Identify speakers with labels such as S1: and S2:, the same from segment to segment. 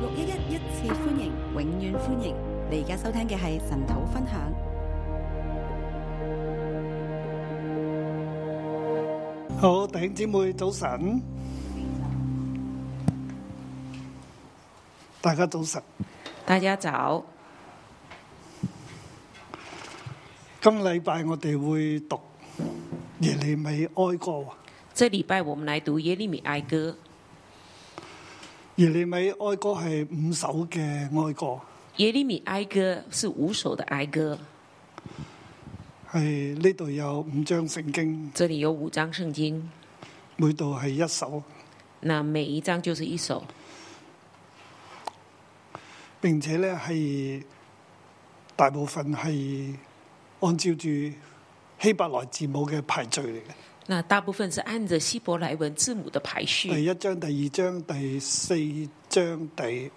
S1: 六一一一次歡迎，永遠歡迎！你而家收聽嘅係神土分享。
S2: 好，弟兄姊妹早晨，大家早晨。
S3: 大家早，
S2: 今禮拜我哋會讀耶利米哀歌啊。
S3: 这礼拜我们来读耶利米哀歌。
S2: 耶利米哀歌係五首嘅哀歌，
S3: 耶利米哀歌是五首的哀歌，
S2: 係呢度有五章聖經，
S3: 这里有五章圣经，
S2: 每度係一首，
S3: 那每一章就是一首，
S2: 並且呢係大部分係按照住希伯來字母嘅排序嚟嘅。
S3: 那大部分是按着希伯来文字母的排
S2: 第
S3: 序。
S2: 一章、第二章、第四章、第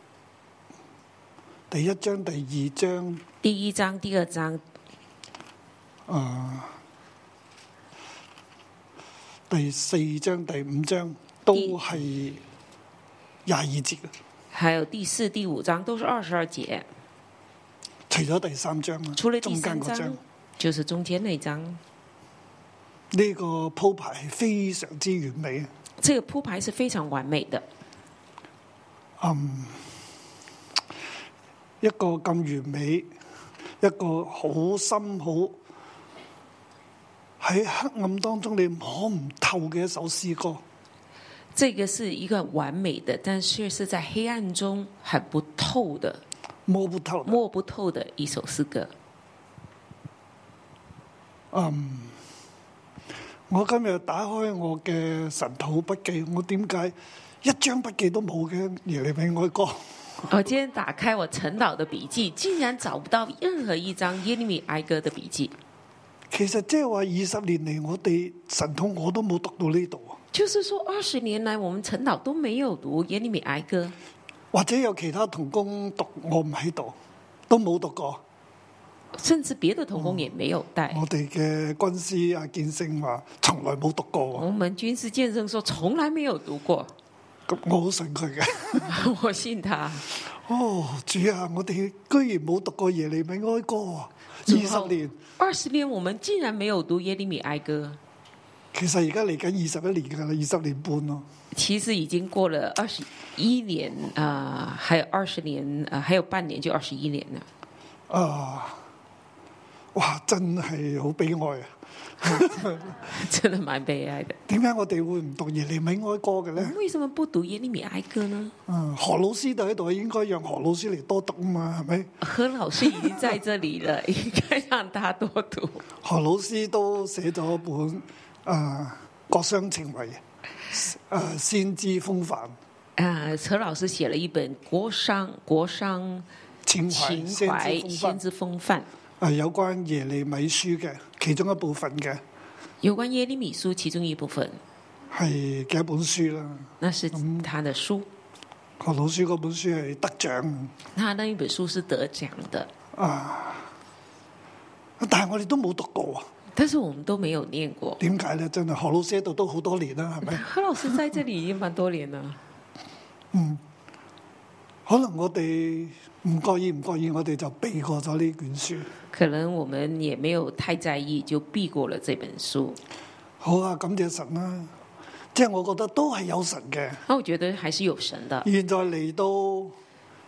S2: 第一章、第二章、
S3: 第一章、第二章、
S2: 第四章、第五章都係廿二節嘅，
S3: 还有第四、第五章都是二十二节，
S2: 除咗第三章啦，
S3: 除了第
S2: 中間
S3: 三
S2: 嗰章
S3: 章就是中间那一章。
S2: 呢、個鋪排係非常之完美嘅。
S3: 这个铺排是非常完美的。
S2: 一個咁完美，一個好深好喺黑暗當中你摸唔透嘅一首詩歌。
S3: 这个是一个完美的，但是是在黑暗中很不透的、
S2: 摸不透，
S3: 摸不透的一首诗歌。
S2: 我今日打開我嘅神土筆記，我點解一張筆記都冇嘅？耶利米哀歌。
S3: 我哦今天打开我陈导的笔记，竟然找不到任何一张耶利米哀歌的笔记，
S2: 其實即係話二十年嚟，我哋神通我都冇讀到呢度啊，
S3: 就是说二十年来我们陈导都没有读耶利米哀歌，
S2: 或者有其他同工讀，我唔喺度，都冇讀過。
S3: 甚至别的童工也没有带。
S2: 我哋嘅軍師阿建勝話，從來冇讀過喎。
S3: 我们军事见证说从来没有读过，
S2: 咁我好信佢嘅。
S3: 我信他。
S2: 哦，主啊，我哋居然冇讀過耶利米哀歌啊！二
S3: 之后
S2: 十年，，
S3: 二十年我们竟然没有读耶利米哀歌，
S2: 其實而家嚟緊二十一年㗎啦，二十年半咯。
S3: 其实已经过了二十一年啊、还有二十年啊、还有半年就二十一年了。
S2: 啊，哇，真係好悲哀啊！
S3: 真的蛮悲哀的。
S2: 點解我哋會唔讀耶利米哀歌嘅
S3: 我
S2: 咧
S3: 们？为什么不读耶利米哀歌呢？
S2: 嗯，何老師就喺度，應該讓何老師嚟多讀啊嘛，係咪？
S3: 何老师已经在这里了，应该让他多 读。
S2: 何老師都寫咗本啊《國殇情懷》啊先知風範
S3: 啊、何老师写了一本《国殇国殇
S2: 情懷
S3: 情
S2: 先
S3: 怀
S2: 知風
S3: 先
S2: 範
S3: 知风范》，
S2: 啊有關耶利米書嘅其中一部分嘅
S3: 有关耶利米书其中一部分，
S2: 係嘅一本書啦。
S3: 那是他的书，
S2: 何老師嗰本書係得獎
S3: 他那一本书是得奖的，
S2: 啊，但係我哋都冇讀過啊。
S3: 但是我们都没有念过。
S2: 點解咧？真係何老師喺度都好多年啦，係咪？
S3: 何老师在这里已经蛮多年了，
S2: 可能我哋唔覺意唔覺意，我哋就避過咗呢卷書。
S3: 可能我们也没有太在意，就避过了这本书。
S2: 好啊，感謝神啦、即係我覺得都係有神嘅。
S3: 那我觉得还是有神的。
S2: 現在嚟到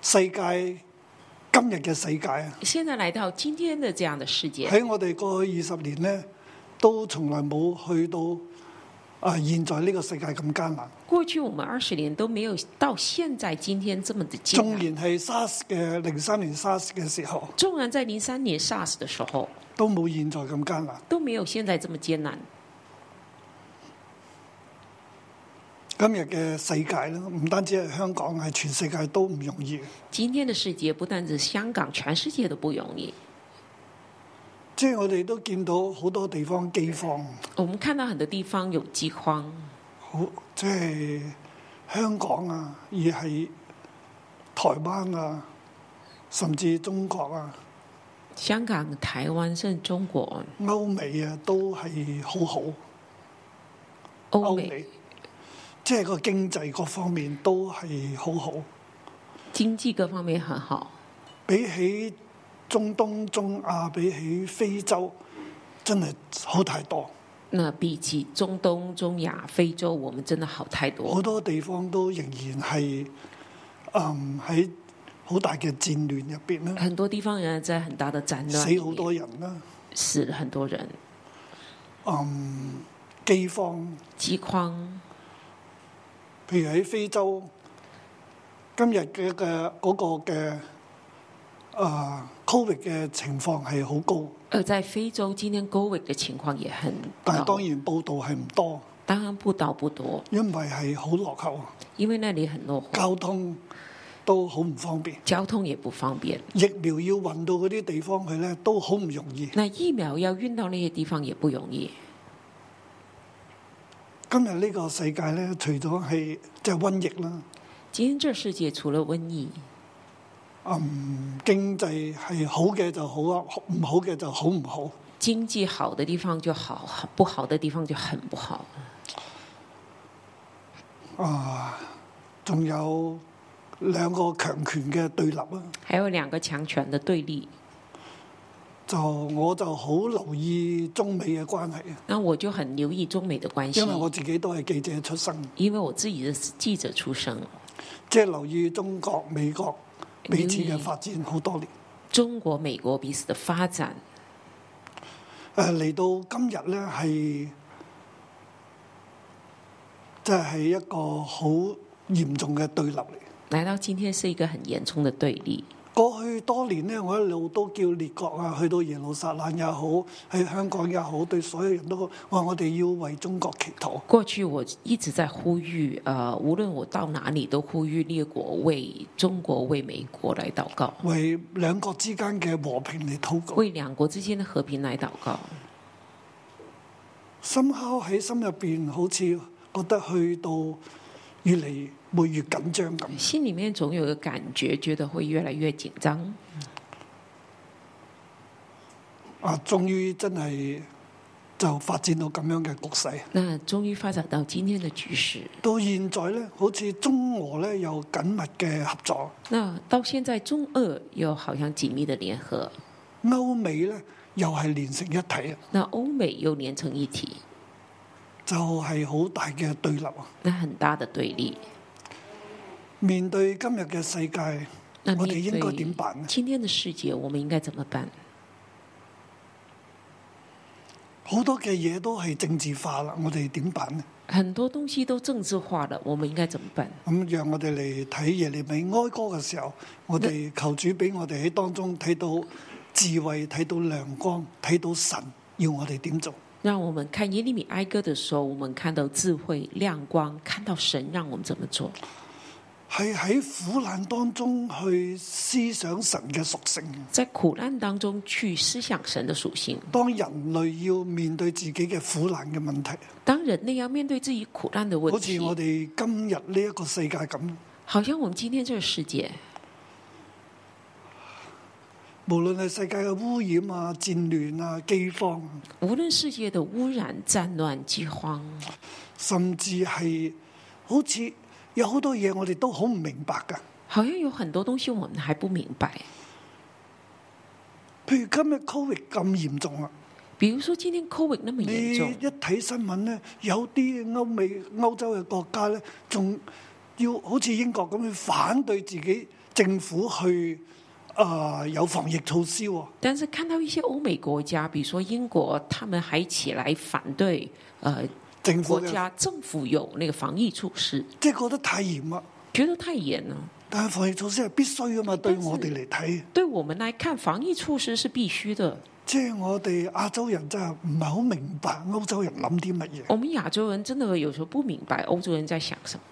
S2: 世界今日嘅世界啊，
S3: 现在来到今天的这样的世界，
S2: 喺我哋過去二十年呢，都從來冇去到啊現在呢個世界咁艱難。
S3: 过去我们二十年都没有到现在今天这么的艰
S2: 縱
S3: 难。
S2: 然係 SARS 嘅零三年 SARS 嘅時候，
S3: 纵然在零三年 SARS 的时候
S2: 都冇現在咁艱難。
S3: 都没有现在这么艰难，
S2: 今日嘅世界咧，唔單止係香港，係全世界都唔容易。
S3: 今天的世界不但是香港，全世界都不容易。
S2: 即係我哋都見到好多地方饑荒，
S3: 我们看到很多地方有饥荒，
S2: 好即係香港啊，而係台灣啊，甚至中國啊、
S3: 香港、台湾甚至中国、
S2: 歐美啊，都係好好。
S3: 欧美，
S2: 即係個經濟各方面都係好好。
S3: 经济各方面很好，
S2: 比起中東、中亞，比起非洲，真係好太多。
S3: 那比起中东、中亚、非洲，我们真的好太多。
S2: 好多地方都仍然係嗯喺好大嘅戰亂入邊啦，
S3: 很多地方仍然在很大的战乱
S2: 死
S3: 里面，
S2: 好多人啊啦，
S3: 死了很多人，
S2: 饑荒。
S3: 饥荒。
S2: 譬如喺非洲，今日嘅嘅嗰個嘅啊 Covid 嘅情況係好高，
S3: 而呃在非洲，今天 COVID 的情况也很
S2: 但
S3: 高，
S2: 係當然報道係唔多，
S3: 当然不倒不多，
S2: 因為係好落後，
S3: 因为那里很落后，
S2: 交通都好唔方便，
S3: 交通也不方便，
S2: 疫苗要運到嗰啲地方去咧都好唔容易。
S3: 那疫苗要运到那些地方也不容易。
S2: 今日呢個世界咧，除咗係即係瘟疫啦，
S3: 今天这世界除了瘟疫，
S2: 經濟係好嘅就好啊，唔好嘅就好唔好。
S3: 经济好的地方就好，不好的地方就很不好。
S2: 啊仲有兩個強權嘅對立啊，
S3: 还有两个强权的对立，
S2: 就我就好留意中美嘅關係啊，
S3: 那我就很留意中美的关系
S2: 因，為我自己都係記者出身，
S3: 因为我自己的记者出身，
S2: 即係留意中國、美國彼此嘅發展好多年。
S3: 中国、美国彼此的发展，
S2: 誒嚟到今日咧，係即係一個好嚴重嘅對立嚟。
S3: 来到今天是一个很严重的对立。
S2: 過去多年呢，我一路都叫列國啊，去到耶路撒冷也好，喺香港也好，對所有人都話我哋要為中國祈禱。
S3: 过去我一直在呼吁，呃，无论我到哪里，都呼吁列国为中国、为美国来祷告，
S2: 為兩國之間嘅和平嚟禱告。
S3: 为两国之间的和平来祷告。
S2: 深敲喺心入邊，好似覺得去到越嚟會越緊張咁。
S3: 心里面总有一个感觉，觉得会越来越紧张。
S2: 啊，終於真係就發展到咁樣嘅局勢。
S3: 那终于发展到今天的局势，
S2: 到現在呢，好似中俄呢有緊密嘅合作，
S3: 那到现在中俄又好像紧密的联合，
S2: 歐美呢又係連成一體啊，
S3: 那欧美又连成一体，
S2: 就係、好大嘅對立啊！
S3: 那很大的对立。
S2: 面對今日嘅世界，
S3: 那
S2: 我哋
S3: 面
S2: 應該
S3: 对
S2: 點辦呢？
S3: 今天的世界，我们应该怎么办？
S2: 好多嘅嘢都係政治化啦，我哋點辦呢？
S3: 很多东西都政治化了，我们应该怎么办？
S2: 咁讓我哋嚟睇耶利米哀歌嘅時候，我哋求主俾我哋喺當中睇到智慧，睇到亮光，睇到神要我哋點做。
S3: 让我们看耶利米哀歌的时候，我们看到智慧、亮光，看到神让我们怎么做，
S2: 係喺苦難當中去思想神嘅屬性。
S3: 在苦难当中去思想神的属性。
S2: 當人類要面對自己嘅苦難嘅問題，
S3: 当人类要面对自己苦难的问
S2: 好似
S3: 题，
S2: 我哋今日呢一個世界咁，
S3: 好像我们今天这个世界，
S2: 無論係世界嘅污染啊、戰亂啊、饑荒啊，
S3: 无论世界的污染、战乱、饥荒，
S2: 甚至係好似有好多嘢我哋都好唔明白㗎。
S3: 好像有很多东西我们还不明白。
S2: 譬如今日 Covid 咁嚴重啊，
S3: 比如说今天 COVID 那么
S2: 你
S3: 严
S2: 一
S3: 重，
S2: 睇新聞呢，有啲歐美、歐洲嘅國家呢，仲要好似英國咁去反對自己政府去啊、有防疫措施喎、
S3: 但是看到一些欧美国家，比如说英国，他们还起来反对呃
S2: 政府
S3: 国
S2: 嘅
S3: 家政府有那个防疫措施，
S2: 即係覺得太嚴啦。
S3: 觉得太严了。
S2: 但係防疫措施係必須噶嘛，對我哋嚟睇，
S3: 对我们来看，防疫措施是必须的。
S2: 即係我哋亞洲人真係唔係好明白歐洲人諗啲乜嘢，
S3: 我们亚洲人真的有时候不明白欧洲人在想什么，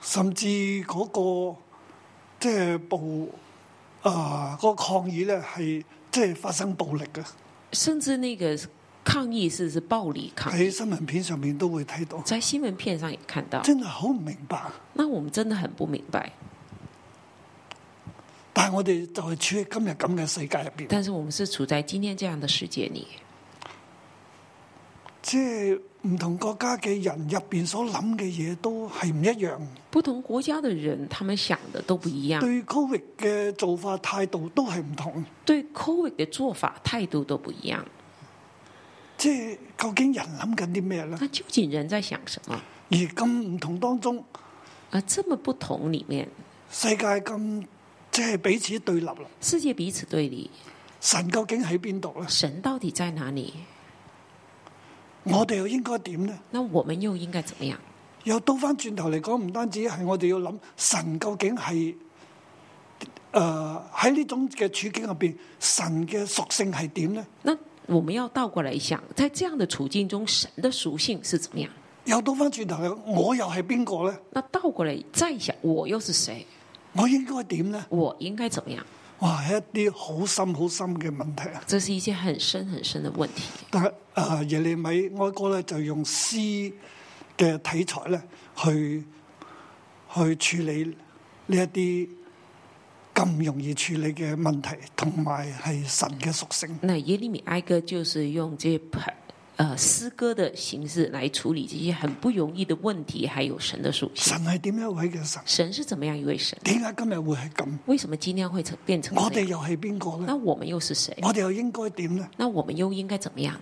S2: 甚至嗰、個即係暴啊嗰、個抗議呢，係即係發生暴力嘅，
S3: 甚至那个抗议是哎是暴力抗
S2: 喺
S3: 议，
S2: 新聞片上面都會睇到。
S3: 在新闻片上也看到。
S2: 真係好唔明白。
S3: 那我们真的很不明白，
S2: 但係我哋就係處喺今日咁嘅世界入邊，
S3: 但是我们是处在今天这样的世界里，
S2: 即係唔同國家嘅人入邊所諗嘅嘢都係唔一樣，
S3: 不同国家的人，他们想的都不一样，
S2: 對 Covid 嘅做法態度都係唔同。
S3: 对 COVID 的做法态度都不一样。
S2: 即係究竟人諗緊啲咩呢？
S3: 那究竟人在想什么？
S2: 而咁唔同當中，
S3: 啊，这么不同里面，
S2: 世界咁即係彼此對立啦。
S3: 世界彼此对立，
S2: 神究竟喺邊度呢？
S3: 神到底在哪里？
S2: 我哋又應該點呢？
S3: 那我们又应该怎么样？
S2: 又倒翻轉頭嚟講，唔單止係我哋要諗神究竟係誒喺呢種嘅處境入邊，神嘅屬性係點呢？
S3: 那我们要倒过来想，在这样的处境中，神的属性是怎么样？
S2: 又倒翻轉頭嚟講，我又係邊個呢？
S3: 那倒过来再想，我又是谁？
S2: 我應該點呢？
S3: 我应该怎么样？
S2: 哇，係一啲好深好深嘅問題啊！
S3: 这是一些很深很深的问题。
S2: 但係誒耶利米哀歌咧，就用詩嘅題材咧，去去處理呢一啲咁容易處理嘅問題，同埋係神嘅屬性。
S3: 那耶利米哀歌就是用这些呃诗歌的形式来处理这些很不容易的问题，还有神的属性。
S2: 神係點樣一位嘅神？
S3: 神是怎么样一位神？
S2: 點解今日會係咁？
S3: 为什么今天会成变成
S2: 我
S3: 这
S2: 哋
S3: 样？
S2: 又係邊個
S3: 那
S2: 咧？
S3: 我们又是谁？
S2: 我哋又應該點咧？
S3: 那我们又应该怎么样？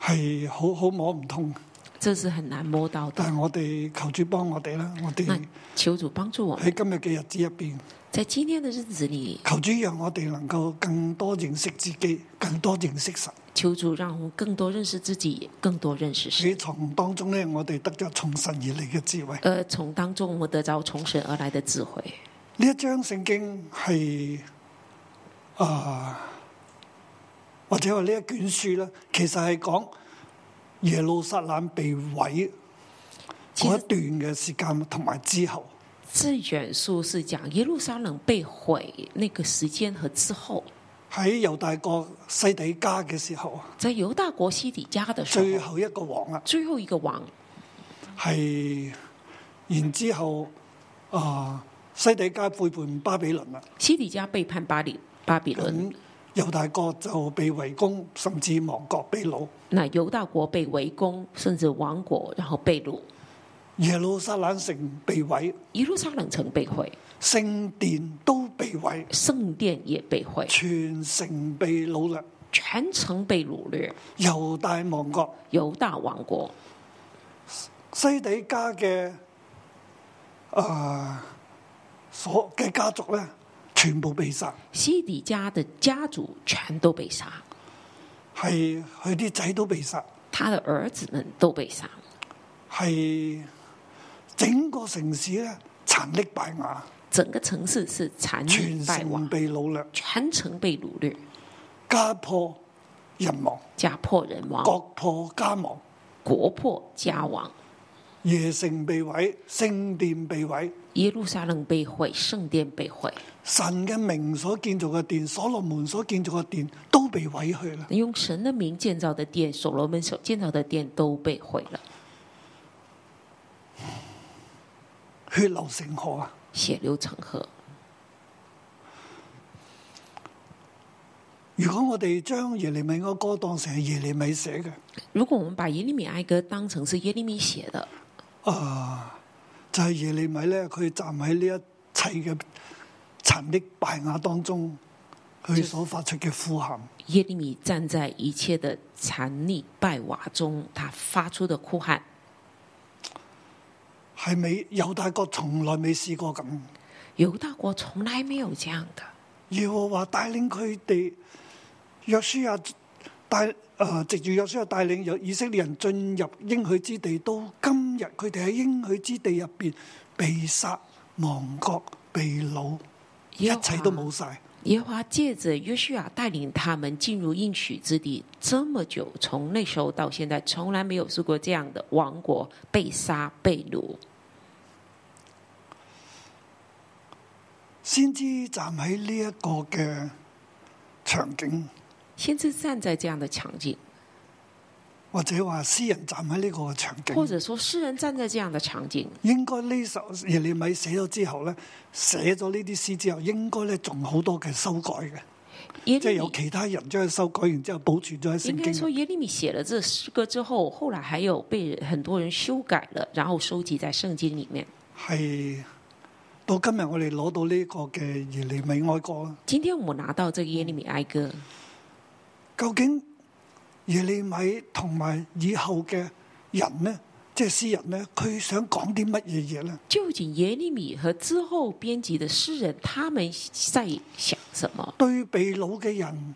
S2: 係好好摸唔通，
S3: 这是很难摸到的。
S2: 但係我哋求主幫我哋啦！我哋
S3: 那求主帮助我
S2: 喺
S3: 们，
S2: 今日嘅日子入邊，
S3: 在今天的日子里，
S2: 求主讓我哋能夠更多認識自己，更多認識神。
S3: 求主让我们更多认识自己，也更多认识神。
S2: 喺從當中咧，我哋得咗從神而嚟嘅智慧。
S3: 呃，从当中我们得着从神而来的智慧。
S2: 呢一章聖經係啊、或者話呢一卷書咧，其實係講耶路撒冷被毀
S3: 其
S2: 嗰
S3: 實
S2: 一段嘅時間，同埋之後。
S3: 这卷书是讲耶路撒冷被毁那个时间和之后，
S2: 喺猶大國西底家嘅時候，
S3: 在犹大国西底家的时
S2: 最
S3: 候，
S2: 後一個王啊，
S3: 最后一个王，
S2: 係然之後啊、西底家背叛巴比倫啦，啊
S3: 西底家背叛巴比巴比伦
S2: 咁，猶大國就被圍攻，甚至亡國被擄。
S3: 那犹大国被围攻，甚至亡国，然后被掳，
S2: 耶路撒冷城被毀，
S3: 耶路撒冷城被毁，
S2: 聖殿都被毀，
S3: 圣殿也被毁，
S2: 全城被掳掠，
S3: 全城被掳掠，
S2: 猶大亡國，
S3: 犹大王国，
S2: 西底家嘅啊所嘅家族咧，全部被殺，
S3: 西底家的家族全都被杀，
S2: 係佢啲仔都被殺，
S3: 他的儿子们都被杀，
S2: 係整個城市咧殘瘠敗瓦，
S3: 整个城市是残
S2: 全
S3: 垣败嗯瓦
S2: 城。被擄掠，
S3: 全城被掳掠，
S2: 家破人亡，
S3: 家破人亡，
S2: 國破家亡，
S3: 国破家亡。
S2: 耶城被毀，聖殿被毀。
S3: 耶路撒冷被毁，圣殿被毁，
S2: 神嘅名所建造嘅殿，所羅門所建造嘅殿都被毀去啦。
S3: 用神的名建造的殿，所罗门所建造的殿都被毁了，
S2: 血流成河啊！
S3: 血流成河。
S2: 如果我哋將耶利米嗰歌當成係耶利米寫嘅，
S3: 如果我们把耶利米哀歌当成是耶利米写的，
S2: 就係耶利米咧，佢站喺呢一切嘅殘瘠敗瓦當中，佢所發出嘅呼喊，
S3: 耶利米站在一切的残瘠败瓦中，他发出的哭喊，
S2: 係未猶大國從來未試過咁。
S3: 犹大国从来没有这样的。
S2: 耶和華帶領佢哋，約書亞帶誒呃藉住約書亞帶領有以色列人進入應許之地，到今日佢哋喺應許之地入邊被殺、亡國、被擄，一
S3: 耶和
S2: 切都
S3: 华
S2: 冇晒。
S3: 耶和华借着约书亚带领他们进入应许之地，这么久，从那时候到现在，从来没有受过这样的亡国、被杀、被掳。
S2: 先知站喺呢一個嘅場景，
S3: 先知站在这样的场景，
S2: 或者話詩人站喺呢個場景，
S3: 或者说诗人站在这样的場景，
S2: 應該呢首耶利米寫咗之後咧，寫咗呢啲詩之後，應該咧仲好多嘅修改嘅。
S3: 耶
S2: 即係
S3: 利
S2: 有
S3: 米
S2: 其他人將佢修改完之後保存咗喺
S3: 应该
S2: 聖經入。
S3: 说，耶利米写了这诗歌之后，后来还有被很多人修改了，然后收集在圣经里面。
S2: 係到今日我哋攞到呢個嘅耶利米哀歌啦。
S3: 今天我们拿到这个耶利米哀歌，
S2: 究竟耶利米同埋以後嘅人呢，即係詩人呢，佢想講啲乜嘢嘢呢？
S3: 究竟耶利米和之后编辑的诗人他们在想什么？
S2: 對被掳嘅人，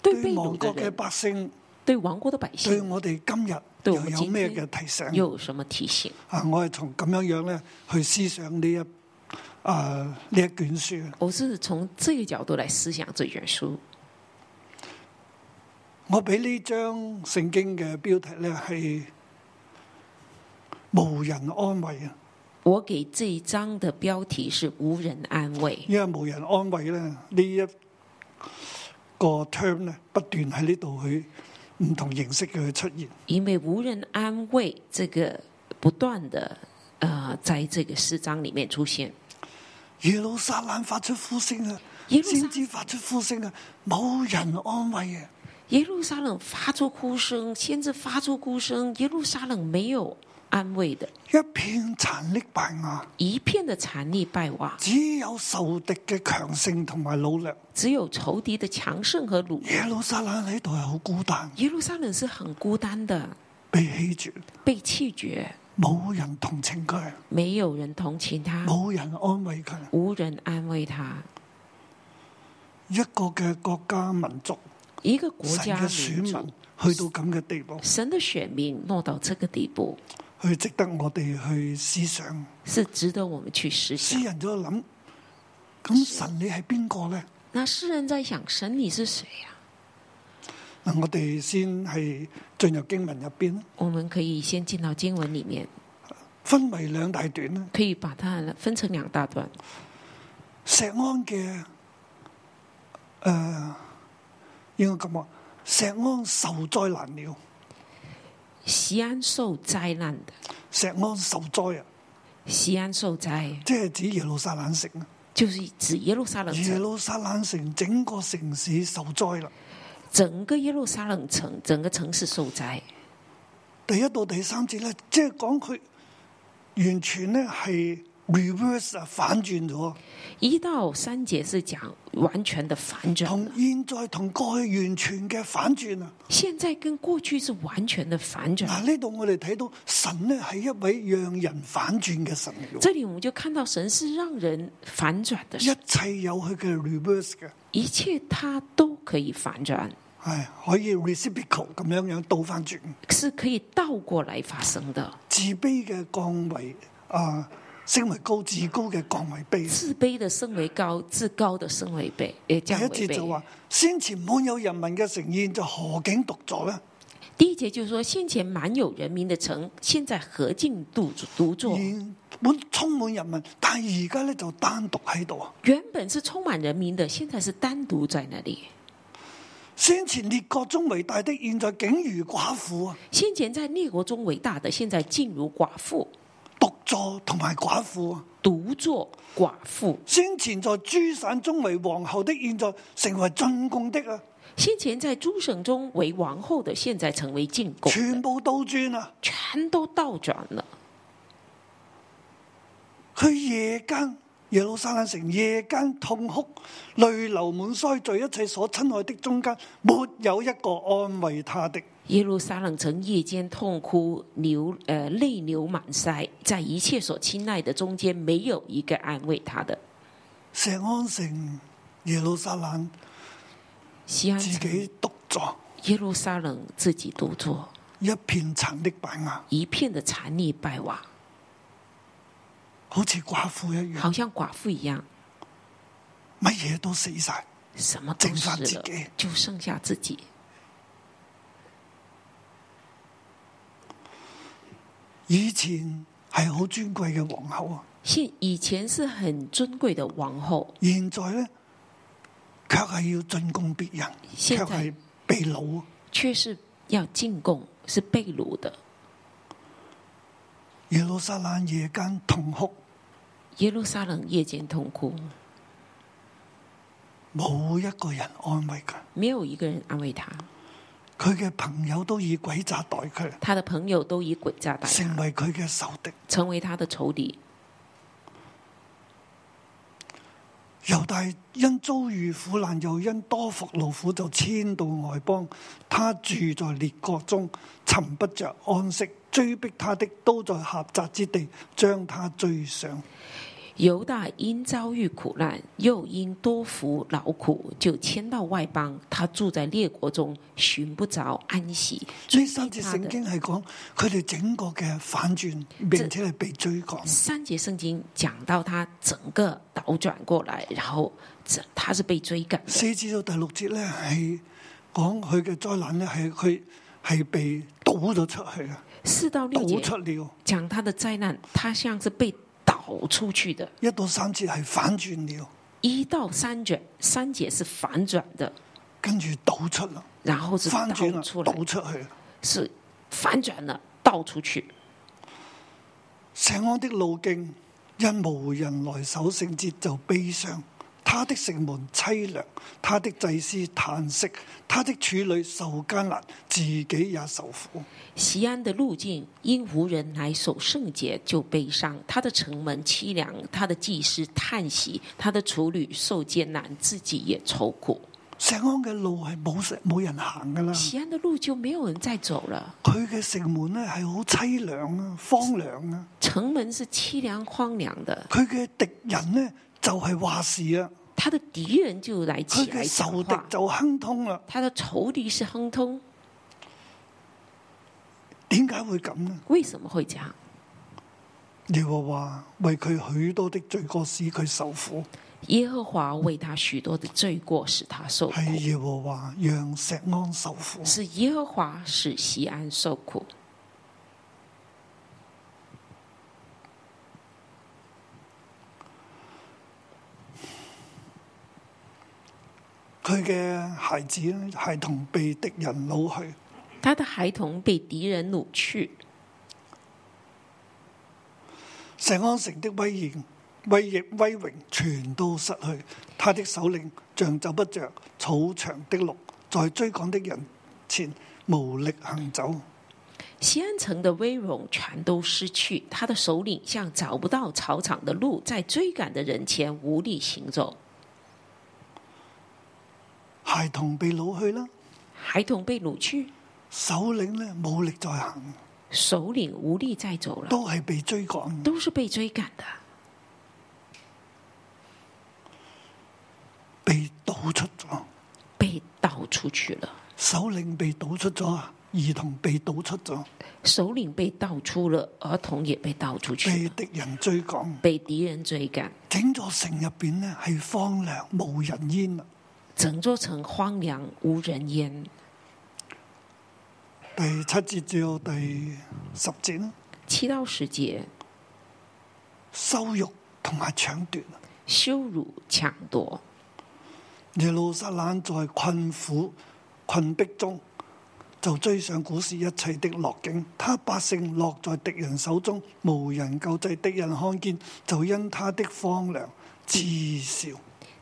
S3: 对被
S2: 亡
S3: 掳的
S2: 國嘅
S3: 人，
S2: 百姓，
S3: 对亡国的百
S2: 對
S3: 姓
S2: 我哋今日
S3: 對
S2: 又
S3: 我
S2: 有
S3: 今
S2: 咩
S3: 天
S2: 嘅提醒？
S3: 又有什么提醒？
S2: 啊，我係從咁樣樣咧去思想呢一啊呢一卷書。
S3: 我是从这个角度来思想这卷书。
S2: 我俾呢張聖經嘅標題咧係無人安慰啊，
S3: 我给这一章的标题是“无人安慰
S2: 因為無人安慰咧呢一個 term 咧不斷喺呢度去唔同形式嘅去出現。”，
S3: 因为“无人安慰”这个不断的呃，在这个四章里面出现。
S2: 耶路撒冷發出呼聲啊，
S3: 耶路撒
S2: 先知發出呼聲啊，冇人安慰啊！
S3: 耶路撒冷发出哭声，先知发出哭声，耶路撒冷没有安慰的，
S2: 一片殘瘠敗瓦，
S3: 一片的残力败瓦，
S2: 只有仇敵嘅強盛同埋努力。
S3: 只有仇敌的强盛和掳。
S2: 耶路撒冷喺度係好孤單，
S3: 耶路撒冷是很孤单的，
S2: 被棄絕，
S3: 被弃绝，
S2: 冇人同情佢，
S3: 没有人同情他，
S2: 冇人安慰佢。
S3: 无人安慰他。
S2: 一個嘅國家民族，
S3: 一个国
S2: 神
S3: 家
S2: 嘅選
S3: 民
S2: 民
S3: 族，
S2: 去到咁嘅地步，
S3: 神的选民落到这个地步，
S2: 去值得我哋去思想。
S3: 是值得我们去思想
S2: 詩。人就諗：咁神你係邊個呢？
S3: 那诗人在想，神你是谁啊呀、
S2: 嗱，我哋先係進入經文入邊啦，
S3: 我们可以先进到经文里面，
S2: 分為兩大段啦。
S3: 可以把它分成两大段。
S2: 石安嘅誒、呃，應該咁話，石安受災難了，
S3: 西安受灾难的，
S2: 石安受災啊！
S3: 西安受灾
S2: 即係指耶路撒冷城啊！
S3: 就是指耶路撒冷
S2: 耶
S3: 城，
S2: 路撒冷城整個城市受災啦。
S3: 整个耶路撒冷城，整个城市受灾。
S2: 第一到第三節咧，即係講佢完全咧係 reverse 啊，反轉咗，
S3: 一到三节是讲完全的反转，
S2: 同現在同過去完全嘅反轉啊！
S3: 现在跟过去是完全的反转。
S2: 嗱，呢度我哋睇到神咧係一位讓人反轉嘅神嚟嘅，
S3: 这里我们就看到神是让人反转的神，
S2: 一切有佢嘅 reverse 嘅，
S3: 一切他都可以反转，
S2: 係哎可以 reciprocal 咁樣樣倒翻轉，
S3: 是可以倒过来发生的。
S2: 自卑嘅降為啊升為高，至高嘅降為卑。
S3: 自卑的升为高，自高的升为卑，诶，
S2: 第
S3: 降
S2: 一
S3: 为
S2: 節就
S3: 卑
S2: 話。：先前滿有人民嘅盛宴，就何竟獨坐呢？
S3: 第一节就是说，先前满有人民的城，现在何竟独独坐？
S2: 原本充滿人民，但係而家咧就單獨喺度啊！
S3: 原本是充满人民的，现在是单独在那里。
S2: 先前列國中為大的，現在竟如寡婦啊！
S3: 先前在列国中伟大的，现在竟如寡妇，
S2: 獨坐同埋寡婦啊！
S3: 独坐寡妇。
S2: 先前在諸省中為皇后的，現在成為進貢的啊！
S3: 先前在诸省中为王后的，现在成为进贡的，
S2: 全部倒轉啊！
S3: 全都倒转了。
S2: 佢夜間耶路撒冷城夜間痛哭，淚流滿腮，在一切所親愛的中間，沒有一個安慰他的。
S3: 耶路撒冷城夜间痛哭，流呃泪流满腮，在一切所亲爱的中间，没有一个安慰他的。
S2: 石安城耶路撒冷
S3: 西安
S2: 自
S3: 城
S2: 己獨坐，
S3: 耶路撒冷自己独坐，
S2: 一片殘的敗瓦。
S3: 一片的残泥败瓦，
S2: 好似寡婦一樣，
S3: 好像寡妇一样，
S2: 乜嘢都死晒。
S3: 什么都
S2: 剩下
S3: 失
S2: 自
S3: 了
S2: 己，
S3: 就剩下自己。
S2: 以前係好尊貴嘅皇后啊，
S3: 现以前是很尊贵的王后，
S2: 現在呢，卻係要進攻別人，
S3: 現
S2: 卻
S3: 在
S2: 係被掳啊。
S3: 却是要进贡，是被掳的。
S2: 耶路撒冷夜間痛哭，
S3: 耶路撒冷夜间痛哭，
S2: 冇一個人安慰佢，
S3: 没有一个人安慰他，
S2: 佢嘅朋友都以鬼詐待佢，
S3: 他的朋友都以诡诈待他，
S2: 成為佢嘅仇敵。
S3: 成为他的仇敌。
S2: 猶大因遭遇苦難，又因多服勞苦，就遷到外邦。他住在列國中，尋不着安息。追逼他的都在狹窄之地，將他追上。
S3: 犹大因遭遇苦难，又因多服劳苦，就迁到外邦。他住在列国中，寻不着安息。
S2: 呢三
S3: 追
S2: 節
S3: 逼他
S2: 聖
S3: 的
S2: 經係講佢哋整個嘅反轉，並且係被追趕。
S3: 三节圣经讲到他整个倒转过来，然后这他是被追赶的。
S2: 四至到第六節咧係講佢嘅災難咧係佢係被倒咗出去啊，
S3: 四到
S2: 倒
S3: 六节
S2: 出了。
S3: 讲他的灾难，他像是被倒出去的。
S2: 一到三節係反轉了，
S3: 一到三卷，三节是反转的，
S2: 跟住倒出啦，
S3: 然后是
S2: 翻轉啦
S3: 倒出，
S2: 倒
S3: 来，
S2: 出去啦。
S3: 是反转了，倒出去。
S2: 錫安的路徑因無人來守聖節就悲傷，他的城門凄涼，他的祭司嘆息，他的處女受艱難，自己也受苦。
S3: 西安的路径因无人来守圣洁就悲伤，他的城门凄凉，他的祭司叹息，他的处女受艰难，自己也愁苦。
S2: 錫安嘅路係冇石冇人行噶啦，
S3: 西安的路就没有人再走了，
S2: 佢嘅城門咧係好凄涼啊，荒涼啊，
S3: 城门是凄凉荒凉的，
S2: 佢嘅敵人咧就係話事啊，
S3: 他的敌人就来
S2: 佢
S3: 起来
S2: 嘅仇
S3: 讲
S2: 敵
S3: 话，
S2: 就亨通啦。
S3: 他的仇敌是亨通，
S2: 點解會咁呢？
S3: 为什么会这样？
S2: 耶和華為佢許多的罪過使佢受苦，
S3: 耶和华为他许多的罪过使他受苦，
S2: 係耶和華讓錫安受苦。
S3: 是耶和华使西安受苦。
S2: 佢嘅孩子咧，孩童被敵人擄去，
S3: 他的孩童被敌人掳去，
S2: 錫安城的威嚴、威亦威榮全都失去。他的首領像走不着草場的鹿，在追趕的人前無力行走。
S3: 西安城的威荣全都失去，他的首领像找不到草场的鹿，在追赶的人前无力行走。
S2: 孩童被擄去啦，
S3: 孩童被掳去，
S2: 首領咧冇力再行，
S3: 首领无力再走了，
S2: 都係被追趕。
S3: 都是被追赶的，
S2: 被倒出咗，
S3: 被倒出去了。
S2: 首領被倒出咗啊，兒童被倒出咗，
S3: 首领被倒出了，儿童也被倒出去
S2: 被
S3: 了，
S2: 敵人追趕，
S3: 被敌人追赶，
S2: 整座城入邊咧係荒涼無人啊煙啦。
S3: 整座城荒凉无人烟。
S2: 第七節至到第十節啦，
S3: 七到十节，
S2: 羞辱同埋搶奪啊
S3: 羞辱抢夺，
S2: 耶路撒冷在困苦困逼中，就追上古時一切的落境。他百姓落在敵人手中，無人救濟。敵人看見，就因他的荒涼自笑。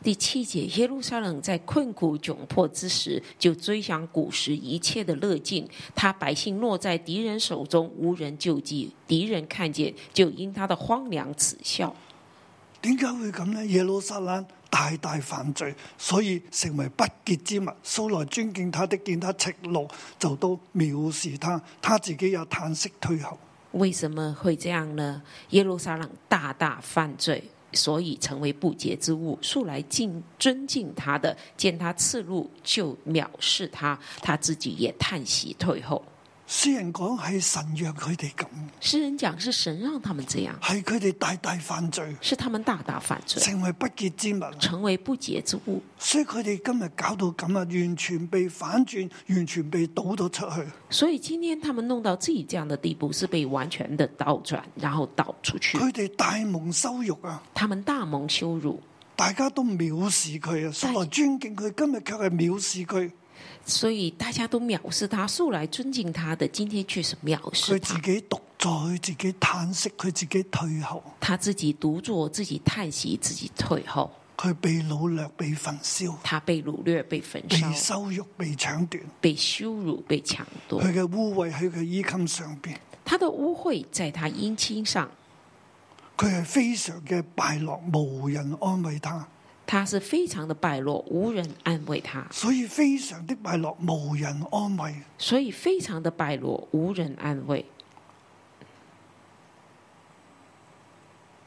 S3: 第七节，耶路撒冷在困苦窘迫之时，就追想古时一切的乐境。他百姓落在敌人手中，无人救济。敌人看见，就因他的荒凉耻笑。
S2: 點解會咁呢？耶路撒冷大大犯罪，所以成為不潔之物。素來尊敬他的，見他赤露，就都藐視他。他自己也嘆息退後。
S3: 为什么会这样呢？耶路撒冷大大犯罪，所以成为不洁之物。素来敬尊敬他的，见他赤露就藐视他，他自己也叹息退后。
S2: 诗人講係神讓佢哋咁，
S3: 诗人讲是神让他们这样，
S2: 係佢哋大大犯罪，
S3: 是他们大大犯罪，
S2: 成為不潔之物，
S3: 成为不洁之物。
S2: 所以佢哋今日搞到咁啊，完全被反轉，完全被倒咗出去。
S3: 所以今天他们弄到自己这样的地步，是被完全的倒转，然后倒出去。
S2: 佢哋大蒙羞辱啊！
S3: 他们大蒙羞辱，
S2: 大家都藐視佢啊，素來尊敬佢，今日卻係藐視佢，
S3: 所以大家都藐视他，素来尊敬他的，今天却是藐视
S2: 佢自
S3: 他。
S2: 己獨坐，佢自己嘆息，佢自己退後，
S3: 他自己独坐，自己叹息，自己退后，
S2: 佢被掳掠、被焚燒、
S3: 他被掳掠、被焚
S2: 被
S3: 烧、
S2: 羞辱、被搶奪，
S3: 被羞辱、被抢夺，
S2: 佢嘅污穢喺佢衣襟上邊，
S3: 他的污秽在他姻亲上，
S2: 佢係非常嘅敗落，無人安慰他，
S3: 他是非常的败落，无人安慰他，
S2: 所以非常的敗落，無人安慰。
S3: 所以非常的败落，无人安慰。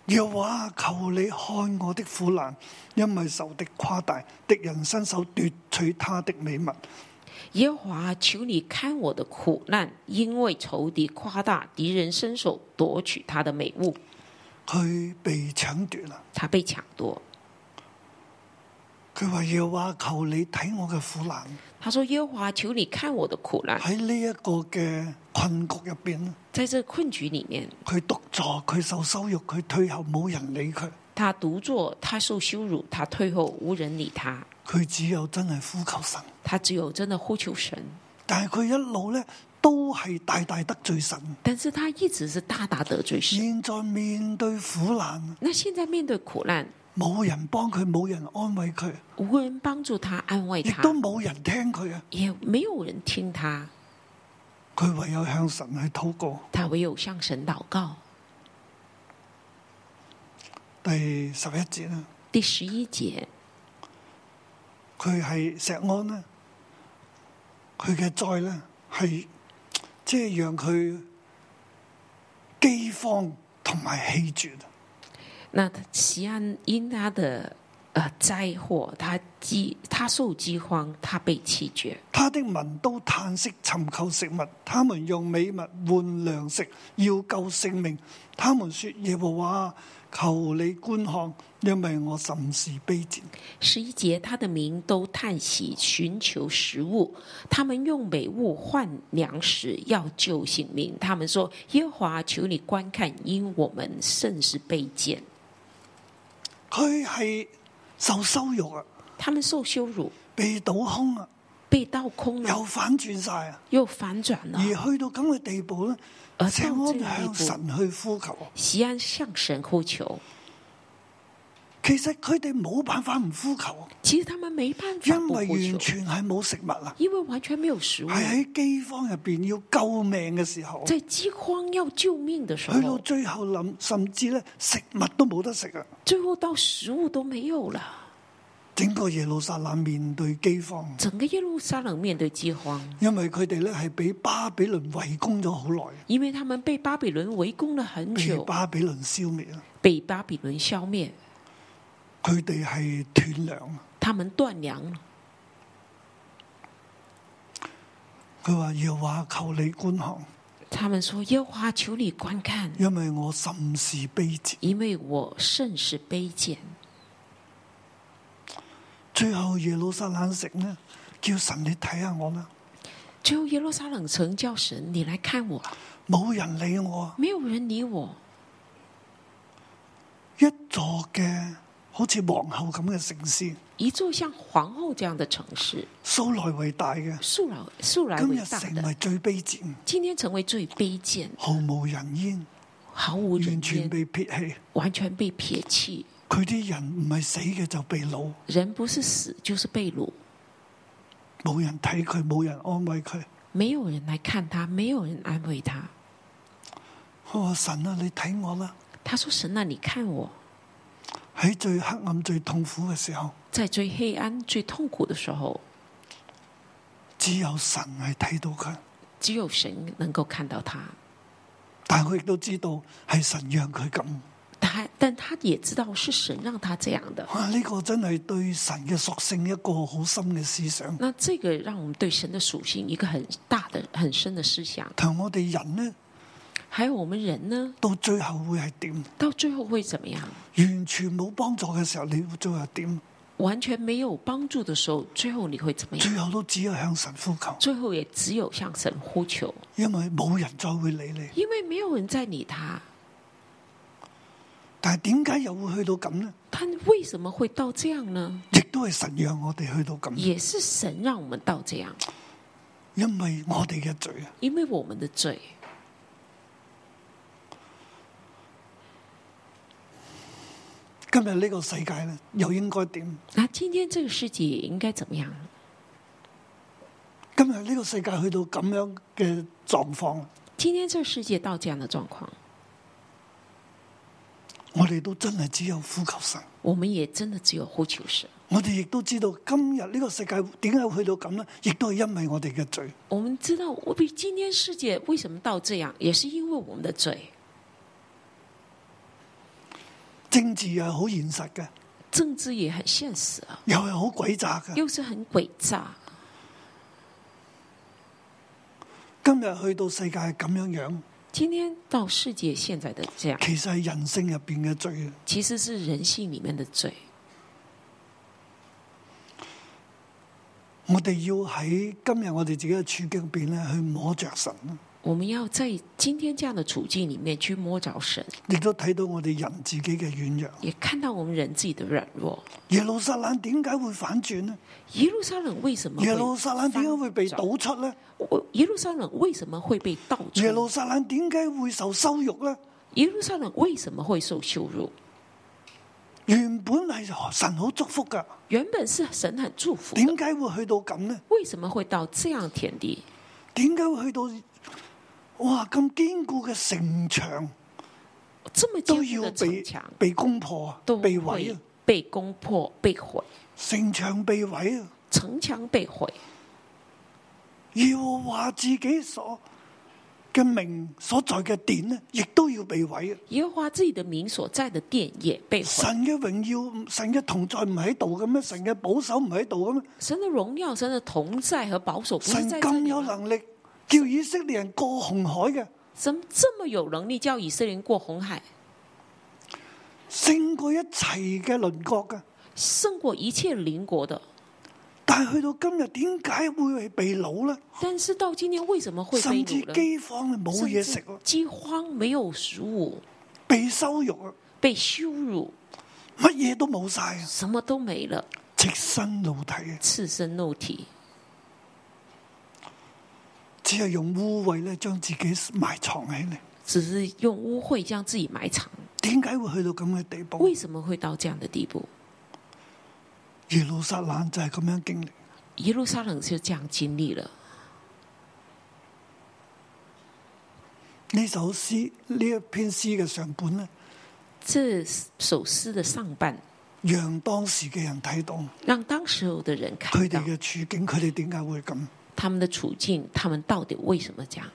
S2: 耶和華求你看我的苦難，因為仇敵誇大，敵人伸手奪取他的美物。
S3: 耶和华，求你看我的苦难，因为仇敌夸大，敌人伸手夺取他的美物，
S2: 佢被搶奪啦！
S3: 他被抢夺。
S2: 佢話耶和華求你睇我嘅苦難，
S3: 他说：“耶和华，求你看我的苦难，
S2: 喺呢一個嘅困局入邊，
S3: 在这困局里面，
S2: 佢獨坐，佢受羞辱，佢退後，冇人理佢，
S3: 他独坐，他受羞辱，他退后，无人理他。
S2: 佢只有真係呼求神。
S3: 他只有真的呼求神，
S2: 但係佢一路呢，都係大大得罪神。
S3: 但是他一直是大大得罪神。
S2: 現在面對苦難，
S3: 那現在面對苦難，
S2: 冇人幫佢，冇人安慰佢，
S3: 无人幫助他、安慰
S2: 亦
S3: 他，
S2: 都冇人聽佢啊！
S3: 也没有人听他，
S2: 佢唯有向神去禱告。
S3: 他唯有向神祷告。
S2: 第十一節啦，
S3: 第十一节，
S2: 佢係石安咧，佢嘅災咧係即係讓佢饑荒同埋氣絕。啊
S3: 那西安因他的呃灾祸，他饥，他受饥荒，他被弃绝。
S2: 他的民都嘆息尋求食物，他們用美物換糧食，要救性命。他們說：耶和華，求你觀看，因為我甚是卑賤。
S3: 十一节，他的民都叹息，寻求食物。他们用美物换粮食，要救性命。他们说：“耶和华，求你观看，因我们甚是卑贱。
S2: 佢係受羞辱啊，”
S3: 他们受羞辱，
S2: 被倒空啊，
S3: 被倒空了，
S2: 又反轉晒啊！
S3: 又反转了
S2: 而。去到咁嘅地步咧，
S3: 而
S2: 石
S3: 到這個
S2: 安向
S3: 地步
S2: 神去呼求。
S3: 西安向神呼求，
S2: 其實佢哋冇辦法唔呼求，啊
S3: 其实他们没办法
S2: 因
S3: 不
S2: 為
S3: 呼
S2: 完
S3: 求，嗯
S2: 全係冇食物啦，
S3: 因为完全没有食物。
S2: 係喺饑荒入邊要救命嘅時候，
S3: 在饥荒要救命的时
S2: 去到
S3: 候，
S2: 最後諗，甚至咧食物都冇得食啊！
S3: 最后到食物都没有了。
S2: 整個耶路撒冷面對饑荒，
S3: 整个耶路撒冷面对饥荒，
S2: 因為佢哋咧係俾巴比倫圍攻咗好耐，啊
S3: 因为他们被巴比伦围攻了很
S2: 被
S3: 久，
S2: 哎巴比倫消滅啦，
S3: 被巴比伦消灭，
S2: 佢哋係斷糧。啊
S3: 他们断粮了。
S2: 佢話要話求你觀看，
S3: 他们说：“耶和华，求你观看，
S2: 因為我甚是卑賤。
S3: 因为我甚是卑贱。”
S2: 最後耶路撒冷城呢，叫神你睇下我啦，
S3: 最后耶路撒冷城叫神：“你来看我，
S2: 冇人理我，
S3: 没有人理我。”
S2: 一座嘅好似皇后咁嘅城市，
S3: 一座像皇后这样的城市，
S2: 素來為大嘅，
S3: 素来素来
S2: 今
S3: 为
S2: 日
S3: 大
S2: 成
S3: 的，
S2: 為最卑賤，
S3: 今天成为最卑贱、
S2: 毫無人煙，
S3: 毫无人
S2: 完全
S3: 烟、
S2: 被撇棄。
S3: 完全被撇弃。
S2: 佢啲人唔係死嘅就被擄，
S3: 人不是死就是被掳，
S2: 冇人睇佢，冇人安慰佢。
S3: 没有人来看他，没有人安慰他。
S2: 我話神啊，你睇我啦！
S3: 他说：“神啊，你看我
S2: 喺最黑暗、最痛苦嘅時候，
S3: 在最黑暗、最痛苦的时候，
S2: 只有神係睇到佢，
S3: 只有神能够看到他。
S2: 但佢亦都知道係神讓佢咁。
S3: 他，但他也知道是神让他这样的。
S2: 哇！呢、個真係對神嘅屬性一個好深嘅思想，
S3: 那这个让我们对神的属性一个很大的、很深的思想。
S2: 同我哋人呢，
S3: 还有我们人呢，
S2: 到最後會係點？
S3: 到最后会怎么样？
S2: 完全冇幫助嘅時候，你會最後點？
S3: 完全没有帮助的时候，最后你会怎么样？
S2: 最後都只有向神呼求，
S3: 最后也只有向神呼求，
S2: 因為冇人再會理你。
S3: 因为没有人再理他。
S2: 但係點解又會去到咁呢？
S3: 他为什么会到这样呢？
S2: 亦都係神讓我哋去到咁，
S3: 也是神让我们到这样，
S2: 因為我哋嘅罪啊！
S3: 因为我们的罪。
S2: 今日呢個世界咧，又應該點？
S3: 那今天这个世界应该怎么样？
S2: 今日呢個世界去到咁樣嘅狀況，
S3: 今天这个世界到这样的状况，
S2: 我哋都真係只有呼求神。
S3: 我们也真的只有呼求神。
S2: 我哋亦都知道今日呢個世界點解會去到咁呢？亦都係因為我哋嘅罪。
S3: 我们知道，我比今天世界为什么到这样，也是因为我们的罪。
S2: 政治係好現實嘅，
S3: 政治也很现实啊，
S2: 又係好詭詐嘅。
S3: 又是很诡诈。
S2: 今日去到世界係咁樣樣，
S3: 今天到世界现在的这样，
S2: 其實係人性入边嘅罪。啊
S3: 其实是人性里面的罪。
S2: 我哋要喺今日我哋自己嘅處境入边咧，去摸着神，
S3: 我们要在今天这样的处境里面去摸着神，
S2: 亦都睇到我哋人自己嘅軟弱。
S3: 也看到我们人自己的软弱。
S2: 耶路撒冷點解會反轉呢？
S3: 耶路撒冷为什么会
S2: 耶路撒冷點解會被
S3: 翻
S2: 倒出呢？
S3: 我耶路撒冷为什么会被盗
S2: 耶
S3: 出？
S2: 路撒冷點解會受羞辱呢？
S3: 耶路撒冷为什么会受羞辱？
S2: 原本係神好祝福噶，
S3: 原本是神很祝福的，
S2: 點解會去到咁呢？
S3: 为什么会到这样田地？
S2: 點解會去到哇咁堅固嘅城牆
S3: 这么坚
S2: 都
S3: 固
S2: 要
S3: 的
S2: 被
S3: 城墙
S2: 被攻破啊
S3: 都，
S2: 被
S3: 会
S2: 毀啊，
S3: 被攻破、被毁，
S2: 城牆被毀啊！
S3: 城墙被毁。
S2: 耶和華自己所嘅名所在嘅殿呢，亦都要被毀啊！
S3: 耶和华自己的名所在的殿也被毁，
S2: 神嘅榮耀、神嘅同在唔喺度嘅咩？神嘅保守唔喺度嘅咩？
S3: 神的荣耀、神的同在和保守不是
S2: 神
S3: 在这
S2: 咁
S3: 里
S2: 有
S3: 吗
S2: 能力叫以色列人過紅海嘅，
S3: 神这么有能力叫以色列人过红海，
S2: 勝過一切嘅鄰國嘅。
S3: 胜过一切邻国的。
S2: 但係去到今日，點解會被掳呢？
S3: 但是到今天为什么会被
S2: 甚至
S3: 掳呢？
S2: 饑荒冇嘢食啊
S3: 甚至饥荒没有食物，
S2: 被羞辱啊，
S3: 被羞辱，
S2: 乜嘢都冇晒啊，
S3: 什么都没了，
S2: 赤身露體啊，
S3: 赤身露体，
S2: 只係用污穢咧將自己埋藏起嚟。
S3: 只是用污秽将自己埋藏。
S2: 點解會去到咁嘅地步
S3: 为？什么会到这样的地步？
S2: 耶路撒冷就係咁樣經歷。
S3: 耶路撒冷就这样经历了。
S2: 呢首詩呢一篇詩嘅上半呢，
S3: 这首诗的上半，
S2: 讓當時嘅人睇到
S3: 让当时候的人看
S2: 佢
S3: 到
S2: 哋嘅處境，佢哋點解會咁？
S3: 他们的处境，他们到底为什么这样？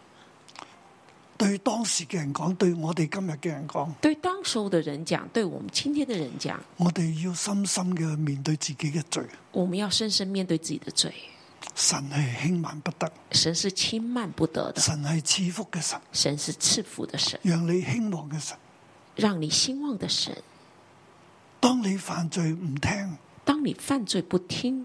S2: 對當時嘅人講，對我哋今日嘅人講，
S3: 对当时候的人讲，对我们今天的人讲，
S2: 我哋要深深嘅去面對自己嘅罪。
S3: 我们要深深面对自己的罪。
S2: 神係輕慢不得，
S3: 神是轻慢不得的，
S2: 神係賜福嘅神，
S3: 神是赐福的神，
S2: 讓你興旺嘅神。
S3: 让你兴旺的神。
S2: 當你犯罪唔聽，
S3: 当你犯罪不听，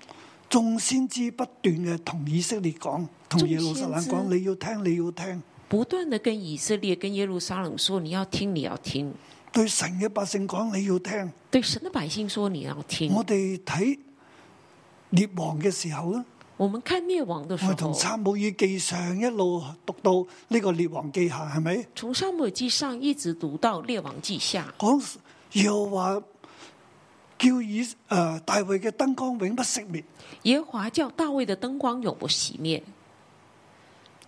S2: 眾先知不斷嘅同以色列講，同耶路撒冷
S3: 眾先
S2: 講，
S3: 知
S2: 你要聽，你要聽。
S3: 不断的跟以色列、跟耶路撒冷说你要听，你要听；
S2: 對神嘅百姓講，你要聽。
S3: 对神的百姓说你要听。
S2: 我哋睇列王嘅時候咧，
S3: 我们看灭亡的时
S2: 我哋同
S3: 候，
S2: 撒姆耳記上一路讀到呢個列王記下，係咪
S3: 从沙漠记上一直读到列王记下，
S2: 講耶和華叫以诶、呃大衛嘅燈光永不熄滅，
S3: 耶和华叫大卫的灯光永不熄灭。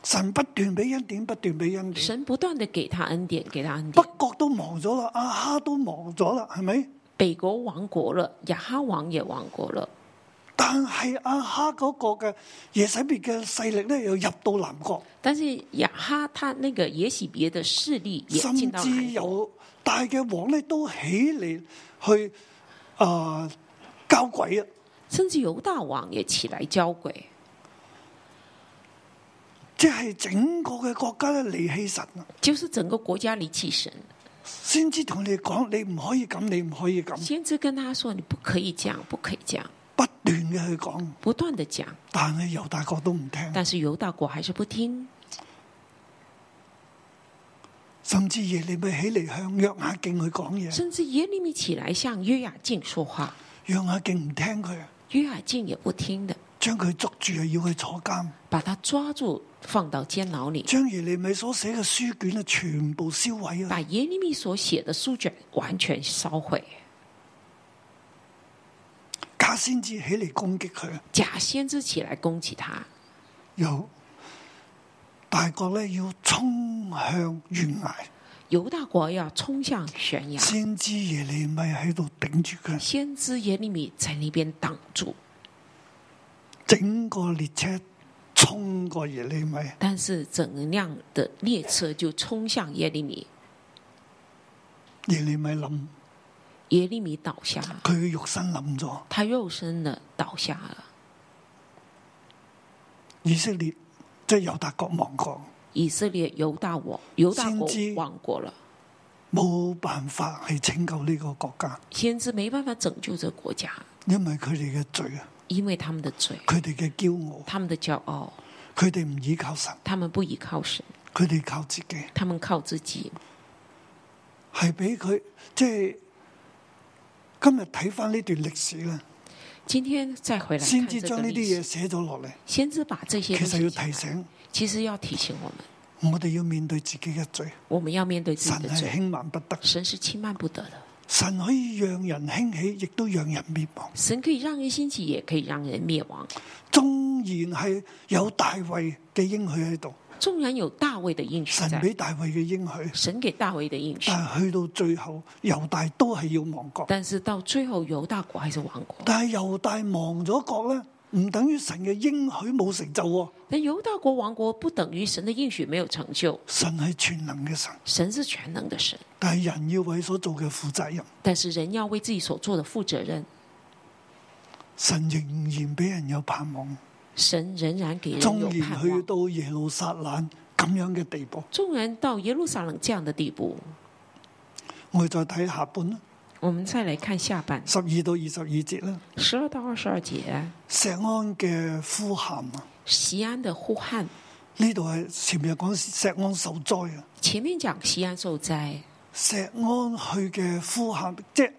S2: 神不斷俾恩典，不斷俾恩典。
S3: 神不断的给他恩典，给他恩
S2: 北
S3: 典。
S2: 國都亡咗啦，阿哈都亡咗啦，係咪？
S3: 北国亡国了，亚哈王也亡国了，
S2: 但係阿哈嗰個嘅耶洗別嘅勢力咧，又入到南國，
S3: 但是亚哈他那个也喜别的势力也
S2: 甚
S3: 进到
S2: 至
S3: 南国，
S2: 有大嘅王咧都起嚟去啊、呃交鬼啊！
S3: 甚至犹大王也起来交鬼，
S2: 即係整個嘅國家咧離棄神啊！
S3: 就是整个国家离弃神。
S2: 先知同你哋講，你唔可以咁，你唔可以咁，
S3: 先知跟他说：“你不可以这样，不可以这样。
S2: 不斷嘅去講，”
S3: 不断的讲，
S2: 但係猶大國都唔聽，
S3: 但是犹大国还是不听，
S2: 甚至耶利米起嚟向約雅敬去講嘢，
S3: 甚至耶利米起来向约雅敬说话，
S2: 約雅敬唔聽佢，啊
S3: 约雅敬也不听的，
S2: 將佢捉住啊，要佢坐監。
S3: 把他抓住放到监牢里，
S2: 將耶利米所寫嘅書卷啊，全部燒毀啊！
S3: 把耶利米所写的书卷完全烧毁。
S2: 先至起嚟攻擊佢，
S3: 假先知起来攻击他，
S2: 由大國咧要衝向懸崖，
S3: 犹大国要冲向悬崖，
S2: 先知耶利米喺度頂住佢，
S3: 先知耶利米在那边挡住，
S2: 整個列車衝過耶利米，
S3: 但是整辆的列车就冲向耶利米，
S2: 耶利米冧，
S3: 耶利米倒下了，
S2: 佢嘅肉身冧咗，
S3: 他肉身的倒下了。
S2: 以色列即係猶大國亡國，
S3: 以色列犹大王犹大国
S2: 先知
S3: 亡国了，
S2: 冇辦法係拯救呢個國家，
S3: 先知没办法拯救这国家，
S2: 因為佢哋嘅罪啊，
S3: 因为他们的罪，
S2: 佢哋嘅驕傲，
S3: 他们的骄傲，
S2: 佢哋唔依靠神，
S3: 他们不依靠神，
S2: 佢哋靠自己。
S3: 他们靠自己。
S2: 係俾佢即係今日睇翻呢段歷史咧，
S3: 今天再回来
S2: 先
S3: 看
S2: 至
S3: 这个
S2: 將呢啲
S3: 历
S2: 嘢
S3: 史，
S2: 寫咗落嚟。
S3: 先知把这些
S2: 其
S3: 东
S2: 實要
S3: 西
S2: 提
S3: 写下来，
S2: 醒
S3: 其实要提醒我们，
S2: 我哋要面對自己嘅罪，
S3: 我们要面对自
S2: 神
S3: 己的
S2: 係
S3: 罪，
S2: 輕慢不得，
S3: 神是轻慢不得的，
S2: 神可以讓人興起，亦都讓人滅亡。
S3: 神可以让人兴起，也可以让人灭亡。
S2: 縱然係有大衛嘅應許喺度，
S3: 纵然有大卫的应许
S2: 神
S3: 在，
S2: 俾啊大衛嘅應許，
S3: 神给大卫的应许，
S2: 但係去到最後，猶大都係要亡國。
S3: 但是到最后犹大国还是亡国。
S2: 但係猶大亡咗國咧，唔等於神嘅應許冇成就喎。
S3: 但犹大国亡国不等于神的应许没有成就，
S2: 神係全能嘅神，
S3: 神是全能的神，
S2: 但係人要為所做嘅負責任。
S3: 但是人要为自己所做的负责任。
S2: 神仍然俾人有盼望，
S3: 神仍然给人
S2: 縱
S3: 有
S2: 然
S3: 盼
S2: 去
S3: 望，
S2: 到耶路撒冷咁樣嘅地步，
S3: 纵然到耶路撒冷这样的地步。
S2: 我哋再睇下半啦，
S3: 我们再来看下半
S2: 十二到二十二節啦，
S3: 十二到二十二节，
S2: 石安嘅呼喊啊，
S3: 西安的呼喊。
S2: 呢度係前面講石安受災啊，
S3: 前面讲西安受灾，
S2: 石安佢嘅呼喊，即係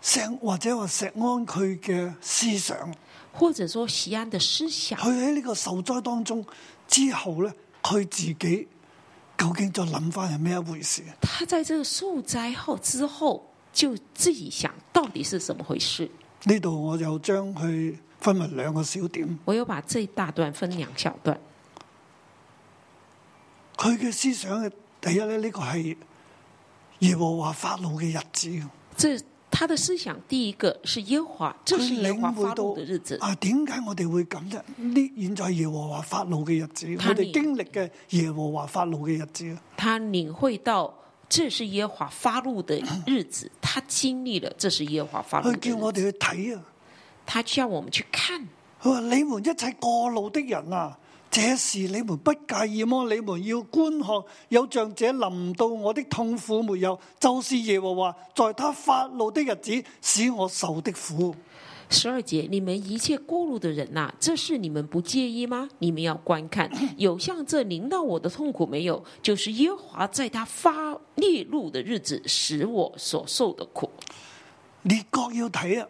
S2: 石或者話石安佢嘅思想，
S3: 或者说西安的思想，
S2: 佢喺呢個受災當中之後咧，佢自己究竟再諗翻係咩一回事啊？
S3: 他在这个受灾后之后，就自己想到底是怎么回事。
S2: 呢度我又將佢分為兩個小點。
S3: 我又把这一大段分两小段。
S2: 佢嘅思想嘅第一咧，呢、個係耶和華發怒嘅日子。
S3: 这他的思想，第一个是耶和华，这是
S2: 佢
S3: 耶和华
S2: 領
S3: 发怒的日
S2: 會
S3: 子
S2: 到。啊，點解我哋會咁啫？呢現在係耶和華發怒嘅日子，
S3: 他
S2: 我哋
S3: 領
S2: 經歷嘅耶和華發怒嘅日子。啊
S3: 他领会到这是耶和华发怒的日 子，他经历了这是耶和华发怒
S2: 佢
S3: 的日
S2: 叫我
S3: 子，
S2: 哋去睇啊！
S3: 他叫我们去看。
S2: 佢話：你們一切過路的人啊，這事你們不介意麼？你們要觀看，有像這臨到我的痛苦沒有？就是耶和華在他發怒的日子，使我受的苦。
S3: 十二节，你们一切过路的人呐、这事你们不介意吗？你们要观 看，有像这临到我的痛苦没有？就是耶和华在他发烈怒的日子，使我所受的苦。
S2: 列國要睇啊！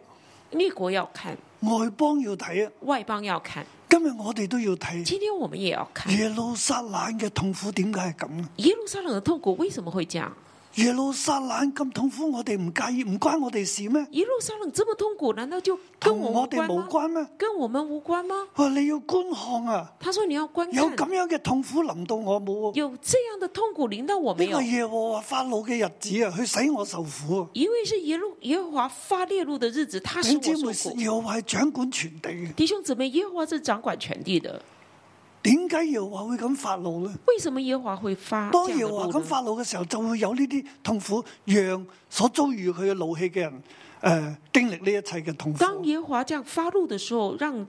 S3: 列国要看，
S2: 外邦要睇啊，
S3: 外邦要看，
S2: 今日我哋都要睇
S3: 今天我们也要 看。
S2: 耶路撒冷嘅痛苦點解係咁啊？
S3: 耶路撒冷的痛苦为什么会这样？
S2: 耶路撒冷咁痛苦，我哋唔介意，唔關我哋事咩？
S3: 耶路撒冷这么痛苦，难道就跟
S2: 同
S3: 我
S2: 我
S3: 无
S2: 哋
S3: 关
S2: 無
S3: 吗？
S2: 關咩？
S3: 跟我们无关吗？
S2: 哇！你要觀看啊，
S3: 他说你要观
S2: 有咁
S3: 看，
S2: 樣嘅痛苦臨到我冇喎？
S3: 有这样的痛苦临到我没
S2: 呢
S3: 有
S2: 個？耶和華發怒嘅日子啊，佢使我受苦啊！
S3: 因为是耶路耶和华发烈怒的日子，他
S2: 弟
S3: 使
S2: 兄姊
S3: 我受
S2: 妹，
S3: 苦。
S2: 耶和華係掌管全地嘅，
S3: 弟兄姊妹，耶和华是掌管全地的，
S2: 點解耶和華會咁發怒呢？
S3: 为什么耶和华会发
S2: 當
S3: 这样
S2: 耶
S3: 的
S2: 和華
S3: 怒
S2: 咁
S3: 呢？
S2: 發怒嘅時候，就會有呢啲痛苦，讓所遭遇佢嘅怒氣嘅人，誒、經歷呢一切嘅痛苦。
S3: 当耶和华这样发怒的时候，让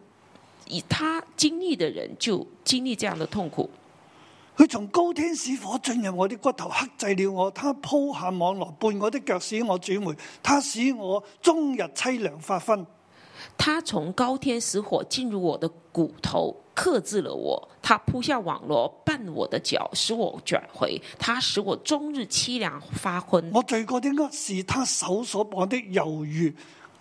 S3: 以他经历的人就经历这样的痛苦。
S2: 佢從高天使火進入我的骨頭，克制了我。他鋪下網羅，絆我的腳，使我轉回。他使我終日凄涼發昏。
S3: 他从高天使火进入我的骨头，克制了我。他铺下网罗绊我的脚，使我转回。他使我终日凄凉发昏。
S2: 我罪過的軛是他手所綁的，猶如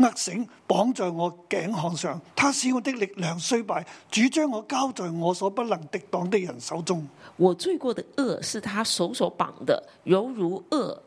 S2: 軛繩綁在我頸項上。他使我的力量衰敗，主將我交在我所不能敵擋的人手中。
S3: 我罪过的恶是他手所绑的，犹如恶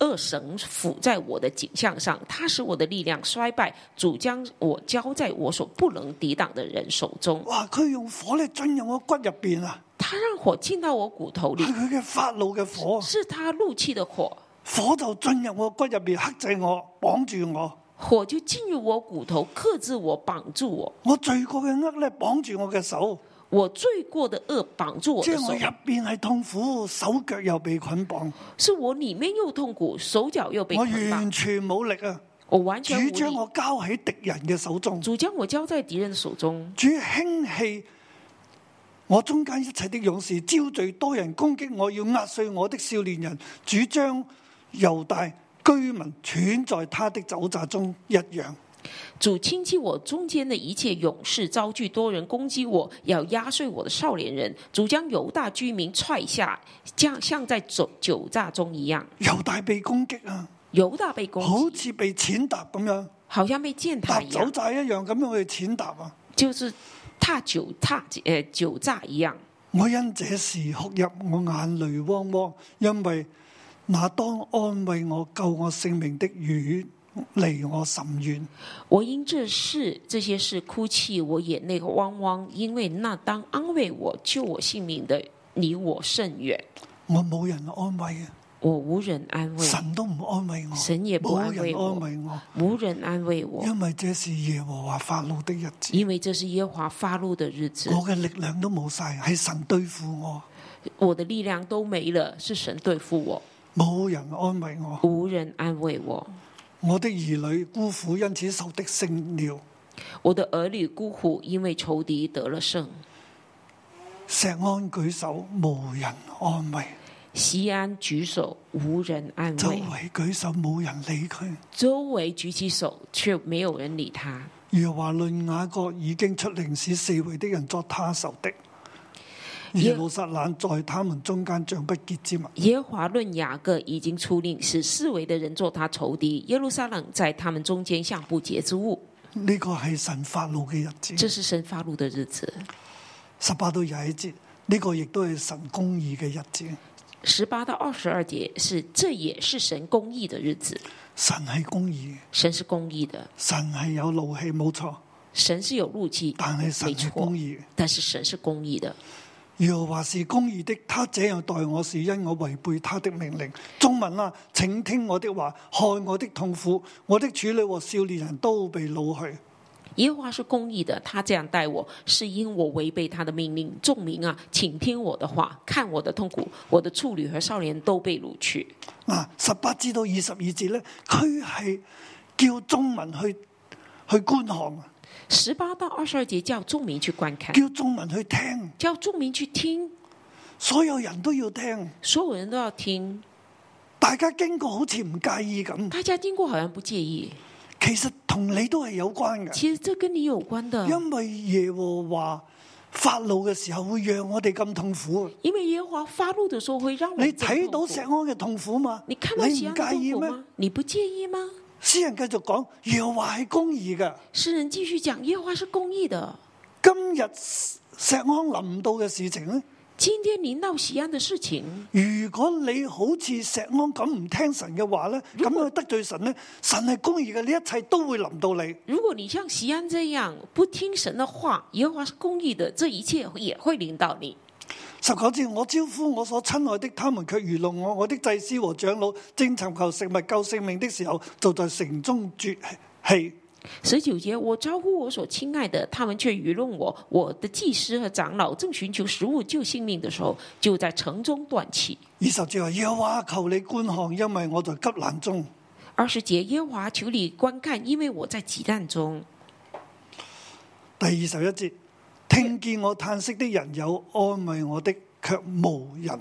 S3: 恶绳抚在我的颈项上，它使我的力量衰败，主将我交在我所不能抵挡的人手中。
S2: 哇！佢用火咧進入我骨入邊啊，
S3: 他让火进到我骨头里
S2: 係，佢嘅發怒嘅火，
S3: 是他怒气的火，
S2: 火就進入我骨入邊，克制我，綁住我。
S3: 火就进入我骨头，克制我，綁住我。
S2: 我罪過嘅軛咧綁住我嘅手，
S3: 我罪过的恶绑住我
S2: 即
S3: 的
S2: 係我
S3: 手，
S2: 入邊係痛苦，手腳又被捆綁，
S3: 是我里面又痛苦，手脚又被
S2: 我
S3: 捆绑
S2: 完，全冇力啊！
S3: 我完全
S2: 主
S3: 无
S2: 將
S3: 力。
S2: 我交喺敵人嘅手中，
S3: 主将我交在敌人手中，
S2: 主輕氣我中間一切的勇士，招聚多人攻擊我，要壓碎我的少年人。主將猶大居民踹在他的酒醡中一樣。
S3: 主轻弃我中间的一切勇士，遭拒多人攻击我，要压碎我的少年人。主将犹大居民踹下，像像在酒酒榨中一样。
S2: 猶大被攻擊啊，
S3: 犹大被
S2: 好
S3: 攻击，
S2: 似被踐踏咁樣，
S3: 好像被践
S2: 踏
S3: 踏一
S2: 酒
S3: 样，
S2: 醡一樣咁樣去踐踏啊！
S3: 就是踏酒踏呃酒榨一样。
S2: 我因這事哭泣，我眼淚汪汪，因為那當安慰我、救我性命的魚離我甚遠。
S3: 我因这事这些事哭泣，我眼泪汪汪，因为那当安慰我、救我性命的离我甚远，
S2: 我冇人安慰啊，
S3: 我无人安慰，
S2: 神都唔安慰我，
S3: 神也不
S2: 冇
S3: 安
S2: 人
S3: 慰我
S2: 安慰我，
S3: 无人安慰我，
S2: 因為這是耶和華發怒的日子，
S3: 因为这是耶和华发怒的日子
S2: 我，嘅力量都冇晒，係神對付我，
S3: 我的力量都没了，是神对付我，
S2: 冇人安慰我，
S3: 无人安慰我，
S2: 我的兒女孤苦因此受的勝了。
S3: 我的儿女孤苦，因为仇敌得了胜。
S2: 石安舉手，無人安慰；
S3: 西安举手，无人安
S2: 周
S3: 慰；
S2: 圍舉手，冇人理佢。
S3: 周围举起手，却没有人理他。
S2: 耶和華論雅各已經出令，使四圍的人作他仇敵。
S3: 耶
S2: 耶路撒冷在他們中間像不潔之物。
S3: 耶和华论雅各已经出令，使四围的人做他仇敌；耶路撒冷在他们中间像不洁之物。
S2: 呢個係神發怒嘅日
S3: 这
S2: 子。
S3: 是神发怒的日子。
S2: 十八到廿一節，呢、個亦都係神公義嘅日子。
S3: 十八到二十二节是，这也是神公义的日子。
S2: 神係公義，
S3: 神是公义的，
S2: 神係有怒氣，冇錯。
S3: 神是有怒气，
S2: 但係神
S3: 没
S2: 係公
S3: 错。
S2: 義。
S3: 但是神是公义的。
S2: 耶和華是公義的，他這樣待我是因我違背他的命令。眾民啊，請聽我的話，看我的痛苦，我的處女和少年人都被擄去。
S3: 耶和华是公义的，他这样待我，是因我违背他的命令。众民啊，请听我的话，看我的痛苦，我的处女和少年都被掳去。
S2: 嗱，十八至到二十二節咧，佢係叫眾民去去觀看，
S3: 十八到二十二节叫众民去观看，
S2: 叫眾民去聽，
S3: 叫众民去听，
S2: 所有人都要聽。
S3: 所有人都要听。
S2: 大家經過好似唔介意咁，
S3: 大家经过好像不介意，
S2: 其實同你都係有關嘅，
S3: 其实这跟你有关的，
S2: 因為耶和華發怒嘅時候會讓我哋咁痛苦。
S3: 因为耶和华发怒的时候会让我
S2: 你
S3: 们更
S2: 睇到
S3: 痛苦
S2: 石安嘅痛苦嘛？
S3: 你看到西
S2: 唔
S3: 安的
S2: 介
S3: 痛
S2: 意
S3: 苦
S2: 咩？
S3: 吗？你不介意吗？
S2: 詩人繼續講，耶和華係公義嘅。
S3: 诗人继续讲，耶和华是公义的。
S2: 今日石安臨到嘅事情呢？
S3: 今天临到西安的事情，
S2: 如果你好似石安咁唔聽神嘅話咧，咁樣得罪神咧，神係公義嘅，呢一切都會臨到你。
S3: 如果你像西安这样不听神的话，耶和华是公义的，这一切也会领导你。
S2: 十九節，我招呼我所親愛的，他們卻愚弄我。我的祭司和長老正尋求食物救性命的時候，就在城中絕氣。
S3: 十九节，我招呼我所亲爱的，他们却愚弄我。我的祭司和长老正寻求食物救性命的时候，就在城中断气。
S2: 二十節話：耶和華求你觀看，因為我在急難中。
S3: 二十节，耶和华求你观看，因为我在急难中。
S2: 第二十一節，聽見我嘆息的人有安慰我的，卻無人。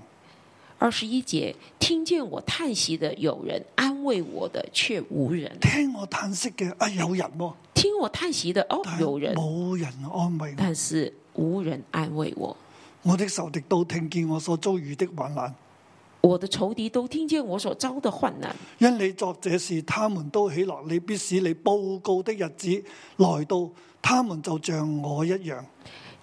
S3: 二十一节，听见我叹息的有人，安慰我的却无人。
S2: 聽我嘆息嘅啊有人喎、
S3: 听我叹息的哦
S2: 但，
S3: 有人
S2: 係，冇人安慰我。
S3: 但是无人安慰我。
S2: 我的仇敵都聽見我所遭遇的患難，
S3: 我的仇敌都听见我所遭的患难，
S2: 因你作這事，他們都喜樂。你必使你報告的日子來到，他們就像我一樣。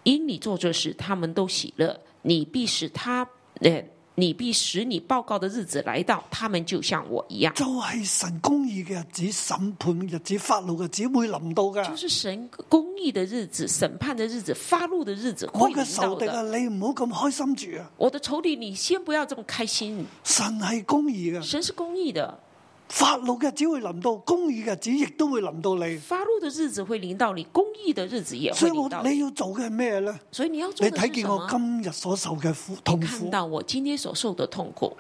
S3: 因你做这事，他们都喜乐。你必使他，呃，你必使你报告的日子来到，他们就像我一样。
S2: 就係神公義嘅日子、審判嘅日子、法律嘅日子會臨到
S3: 就
S2: 嘅。
S3: 是神公义的日子、审判的日子、发怒的日子
S2: 我
S3: 会
S2: 嘅
S3: 临到
S2: 仇敵啊
S3: 的。，
S2: 你唔好咁開心住啊！
S3: 我的仇敌，你先不要这么开心。
S2: 神係公義嘅，
S3: 神是公义的，
S2: 法律嘅日子會臨到，公義嘅日子亦都會臨到你。
S3: 发怒的日子会临到你，公义的日子也
S2: 所
S3: 会
S2: 以我
S3: 临到
S2: 你
S3: 你。
S2: 要做嘅係咩咧？
S3: 所以你要做
S2: 你
S3: 的是
S2: 睇
S3: 什
S2: 見我
S3: 么？
S2: 今日所受嘅苦痛
S3: 看
S2: 苦，
S3: 到我今天所受的痛苦，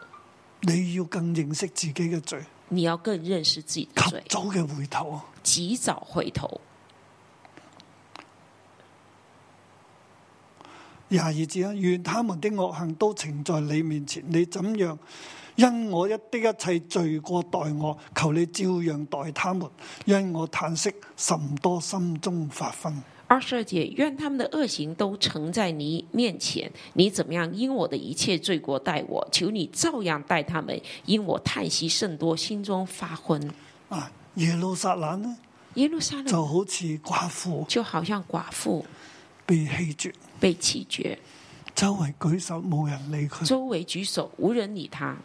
S2: 你要更認識自己嘅罪，
S3: 你要更认识自己的
S2: 及
S3: 罪，
S2: 早嘅回頭。
S3: 及早回头。
S2: 廿二節啊，願他們的惡行都呈在你面前，你怎樣因我一的一切罪過待我，求你照樣待他們，因我嘆息甚多，心中發昏。
S3: 二十二节，愿他们的恶行都呈在你面前。你怎么样因我的一切罪过待我，求你照样待他们，因我叹息甚多，心中发昏。
S2: 啊，耶路撒冷呢
S3: 耶路撒冷
S2: 就好似寡婦
S3: 就好像寡妇
S2: 被棄絕，
S3: 被弃绝，
S2: 周圍舉手冇人理佢，
S3: 周围举手无人理他，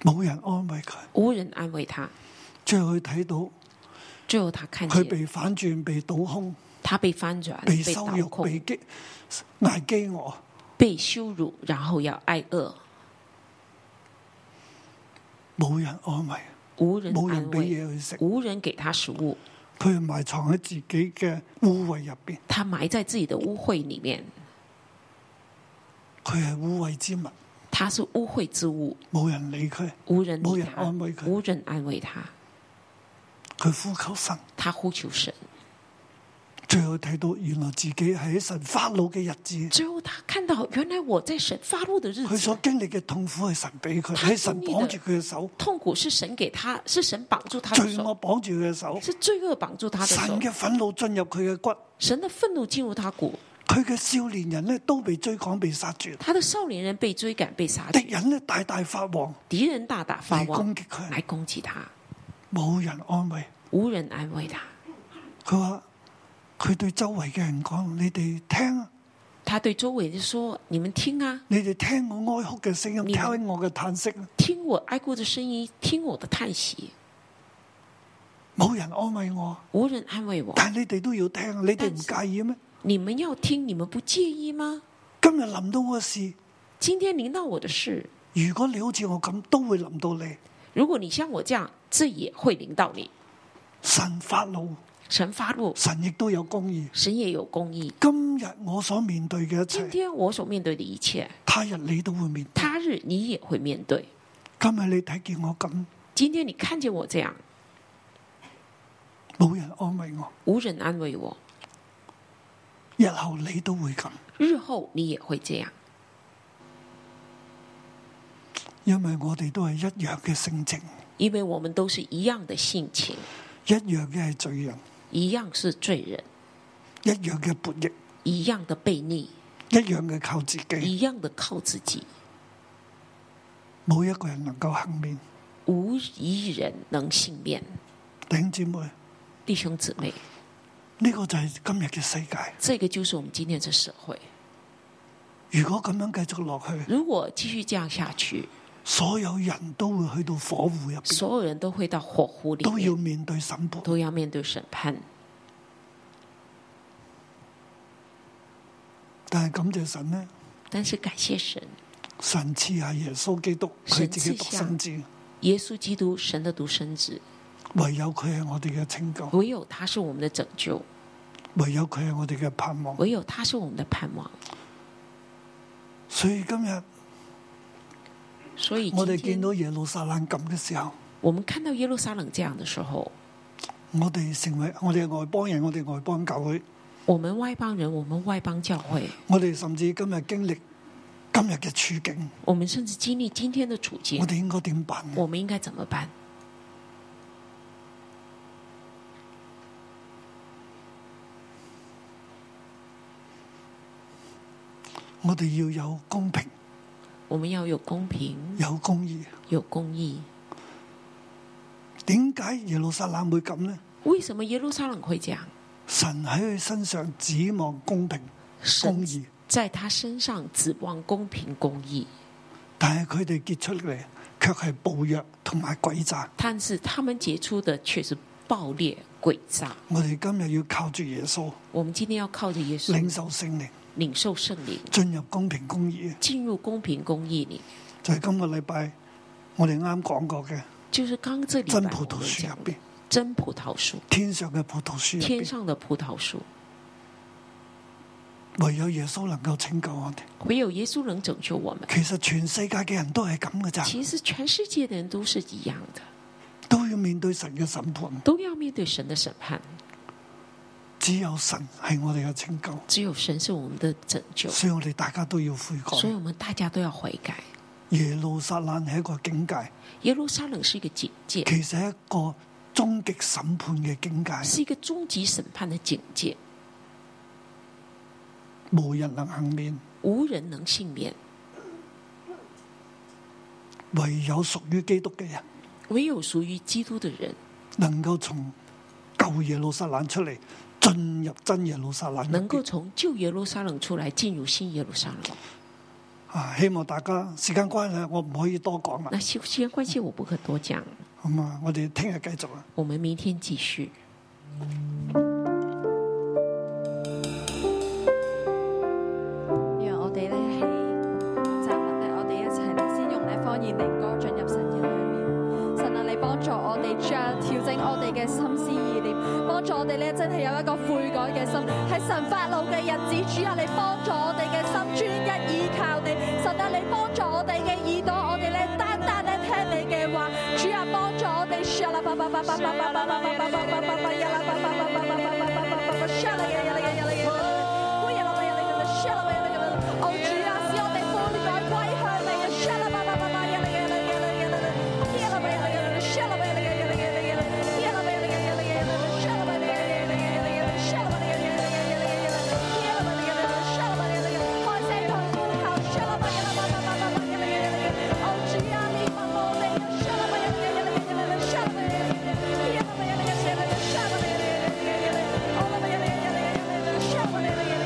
S2: 冇人安慰佢，
S3: 无人安慰他。
S2: 最後佢睇到
S3: 最后他看
S2: 佢
S3: 见
S2: 被反轉、被倒空、
S3: 他被翻转、
S2: 被
S3: 被
S2: 羞辱、
S3: 倒
S2: 被
S3: 控、
S2: 激挨飢餓，
S3: 被羞辱，然后要挨饿，
S2: 冇人安慰，
S3: 无人
S2: 冇人
S3: 嗯安
S2: 俾
S3: 慰，
S2: 嘢佢食。
S3: 无人给他食物，
S2: 佢係埋藏喺自己嘅污衊入边，
S3: 他埋在自己的污秽里面，
S2: 佢係污衊之物，
S3: 他是污秽之物。
S2: 冇人理佢，
S3: 无人
S2: 冇
S3: 理
S2: 人
S3: 他，
S2: 安慰佢
S3: 无人安慰他，
S2: 佢呼求神，
S3: 他呼求神。
S2: 最後睇到原來自己係喺神發怒嘅日子，
S3: 最后他看到，原来我在神发怒的日
S2: 佢所
S3: 子，
S2: 經歷嘅痛苦係神俾佢，
S3: 他
S2: 係神
S3: 經歷
S2: 綁
S3: 嘅
S2: 住佢嘅手，
S3: 痛苦是神给他，是神绑住他的
S2: 罪
S3: 手，
S2: 惡綁住佢嘅手，
S3: 是罪恶绑住他的
S2: 神
S3: 手。
S2: 嘅憤怒進入佢嘅骨，
S3: 神的愤怒进入他骨，
S2: 佢嘅少年人呢都被追趕被殺絕，
S3: 他的少年人被追赶、被杀
S2: 敵
S3: 去，
S2: 人呢大大發旺
S3: 敌人大打发
S2: 嚟
S3: 旺
S2: 攻擊
S3: 来
S2: 佢，
S3: 攻击他，
S2: 冇人安慰，
S3: 无人安慰他。
S2: 佢話佢對周圍嘅人講：你哋聽啊！
S3: 他对周围的说：“你们听啊，
S2: 你哋聽我哀哭嘅聲音，
S3: 你
S2: 聽我嘅嘆息，
S3: 听我哀哭的声音，听我的叹息，
S2: 冇人安慰我，
S3: 无人安慰我。
S2: 但係你哋都要聽，你哋唔
S3: 但
S2: 介意咩？
S3: 你们要听，你们不介意吗？
S2: 今日臨到我嘅事，
S3: 今天临到我的事，
S2: 如果你好似我咁，都會臨到你。
S3: 如果你像我这样，这也会临到你。
S2: 神發怒，
S3: 神发怒，
S2: 神亦都有公義。
S3: 神也有公义。
S2: 今日我所面對嘅一
S3: 今
S2: 切，
S3: 天我所面对的一切，
S2: 他日你都會面對。
S3: 他日你也会面对。
S2: 今日你睇見我咁，
S3: 今天你看见我这样，
S2: 冇人安慰我，
S3: 无人安慰我，
S2: 日後你都會咁，
S3: 日后你也会这样，
S2: 因為我哋都係一樣嘅性情，
S3: 因为我们都是一样的性情，
S2: 一樣嘅係罪人，
S3: 一样是罪人，
S2: 一樣嘅悖逆，
S3: 一样的悖逆，
S2: 一樣嘅靠自己，
S3: 一样的靠自己，
S2: 冇一個人能夠幸免。
S3: 无一人能幸免。
S2: 弟兄姊妹。
S3: 弟兄姊妹，
S2: 呢個就係今日嘅世界。
S3: 这个就是我们今天这社会。
S2: 如果咁樣繼續落去，
S3: 如果继续这样下去，
S2: 所有人都會去到火湖入边，
S3: 所有人都会到火湖里
S2: 都
S3: 面
S2: 要，面對審判。
S3: 都要面对审判。
S2: 但係感謝神呢，
S3: 但是感谢神，
S2: 神賜下耶穌基督佢
S3: 神
S2: 自己
S3: 賜
S2: 獨
S3: 下
S2: 生子，
S3: 耶稣基督，神的独生子，
S2: 唯有佢係我哋嘅拯救，
S3: 唯有他是我们的拯救，
S2: 唯有佢係我哋嘅盼望。
S3: 唯有他是我们的盼望。
S2: 所以今日
S3: 所以
S2: 我哋
S3: 今
S2: 見
S3: 天
S2: 到耶路撒冷咁嘅時候，
S3: 我们看到耶路撒冷这样的时候，
S2: 我哋成為我哋係外邦人，我哋外邦教會，
S3: 我们外邦人，我们外邦教会，
S2: 我哋甚至今日經歷今日嘅處境，
S3: 我们甚至经历今天的处境
S2: 我，哋應該點辦？
S3: 我们应该怎么办？
S2: 我哋要有公平，
S3: 我们要有公平，
S2: 有公義。
S3: 有公义。
S2: 點解耶路撒冷會咁呢？
S3: 为什么耶路撒冷会这样？
S2: 神喺佢身上指望公平、
S3: 神
S2: 公義，
S3: 在他身上指望公平公义，
S2: 但係佢哋結出嚟卻係暴虐同埋詭詐。
S3: 但是他们结出的却是暴烈诡诈。
S2: 我哋今日要靠住耶穌
S3: 我们今天要靠着耶稣
S2: 領受聖靈，
S3: 领受圣灵，
S2: 進入公平公義。
S3: 进入公平公义里。
S2: 就係今個禮拜我哋啱講過嘅
S3: 就是刚这里
S2: 真葡萄樹入邊，
S3: 真葡萄树，
S2: 天上嘅葡萄樹入
S3: 天
S2: 邊，
S3: 上的葡萄树，
S2: 唯有耶穌能夠拯救我哋。
S3: 唯有耶稣能拯救我们。
S2: 其實全世界嘅人都係咁嘅咋，
S3: 其实全世界的人都是一样的，
S2: 都要面對神嘅審判。
S3: 都要面对神的审判。
S2: 只有神係我哋嘅拯救，
S3: 只有神是我们的拯救，
S2: 所以我哋大家都要悔
S3: 所以
S2: 改。
S3: 我们大家都要悔改。
S2: 耶路撒冷係一個境界，
S3: 耶路撒冷是一个警戒，
S2: 其實係一個終極審判嘅境界，
S3: 是一个终极审判的警戒，
S2: 無人能幸免，
S3: 无人能幸免。
S2: 唯有屬於基督嘅人
S3: 唯有属于基督的人，
S2: 能夠從舊耶路撒冷出嚟，進入真耶路撒冷入
S3: 能够
S2: 邊。
S3: 从旧耶路撒冷出来，进入新耶路撒冷。
S2: 啊，希望大家時間關係，我唔可以多講啦
S3: 那。时时间关系，我不可多讲，
S2: 咁啊，我哋聽日繼續啦。
S3: 我们明天继续。
S4: 让我哋咧喺站立咧，我哋一齐咧先用咧方言靈歌進入神嘅裏面。神啊，你幫助我哋將調整我哋嘅心思意念，幫助我哋咧真係有一個悔改嘅心，喺神發怒嘅日子，主啊，你幫助我哋嘅心專一依靠你。神啊，你幫助我哋嘅耳朵，我哋咧單單咧聽你嘅話。主啊，幫助我哋。主啊啦叭叭叭叭叭叭叭叭叭叭叭叭呀啦叭叭叭叭叭叭叭叭叭，主啊啦呀啦呀呀啦呀啦。我主啊，使我哋悔改歸向你嘅，開聲同呼求，我主啊，憐憫我哋嘅，我哋嘅。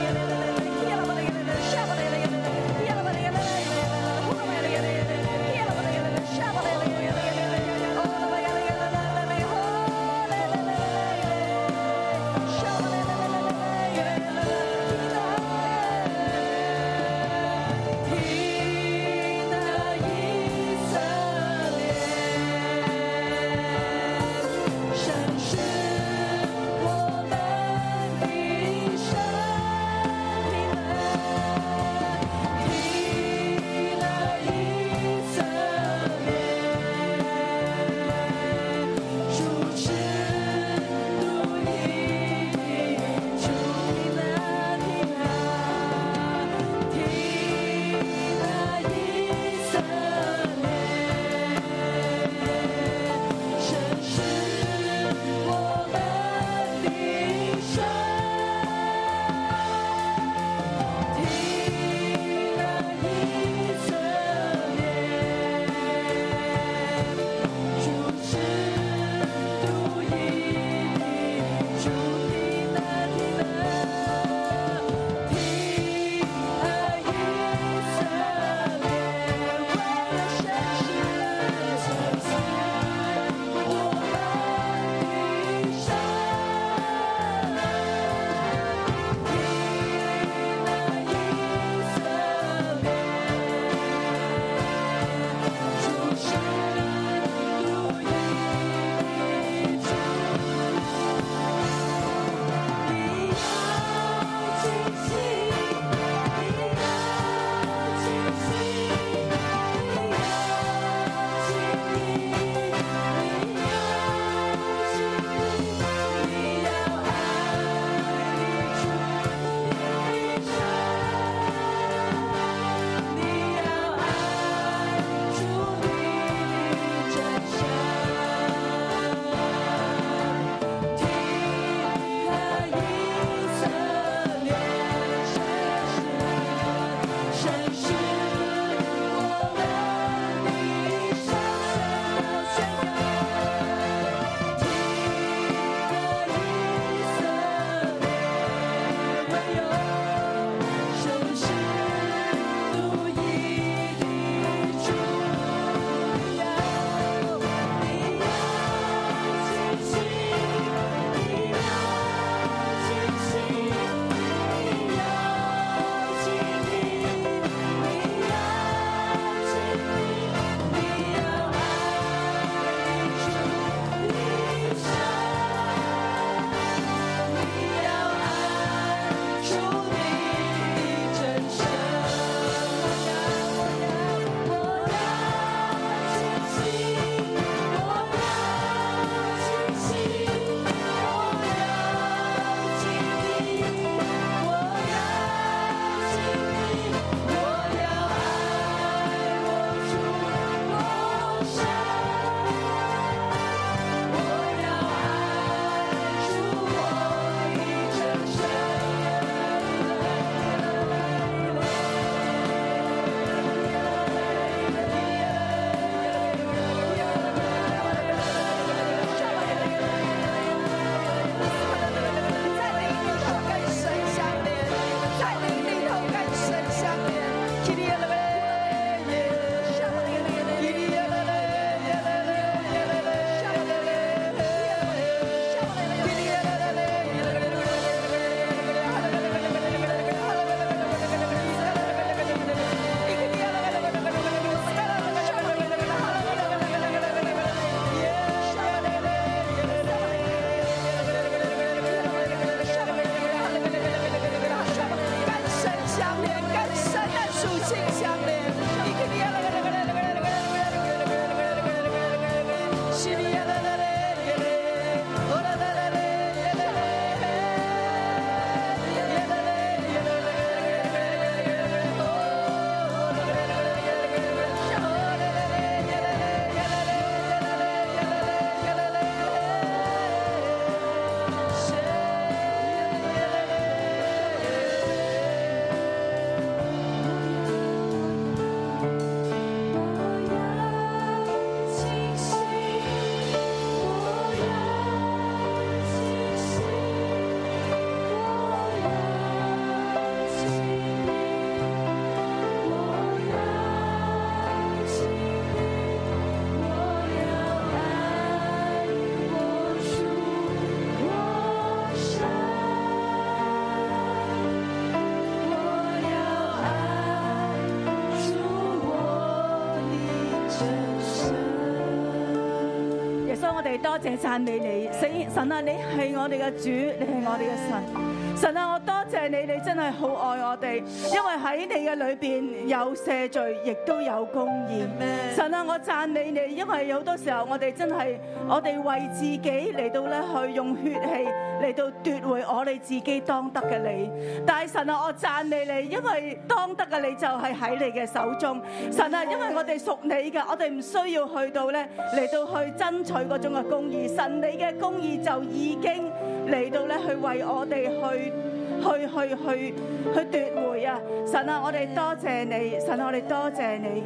S5: 哋多謝讚美你，神神啊，你係我哋嘅主，你係我哋嘅神。神啊，我多謝你，你真係好愛我哋，因為喺你嘅裏邊有赦罪，亦都有公義。神啊，我讚美你，因為有好多時候我哋真係我哋為自己嚟到咧去用血氣嚟到奪回我哋自己當得嘅你。但係神啊，我讚美你，因為當得嘅你就係喺你嘅手中。神啊，因為我哋屬你嘅，我哋唔需要去到咧嚟到去爭取嗰種嘅公義。神你嘅公義就已經嚟到咧去為我哋去。去去去去奪回啊！神啊，我哋多謝你，神啊，我哋多謝你。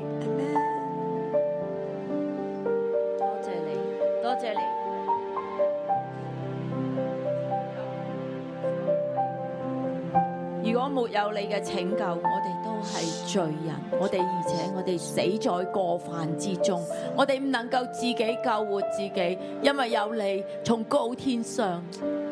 S6: 多謝你，多謝你。如果沒有你嘅拯救，我哋都係罪人，我哋而且我哋死在過犯之中，我哋唔能夠自己救活自己，因為有你從高天上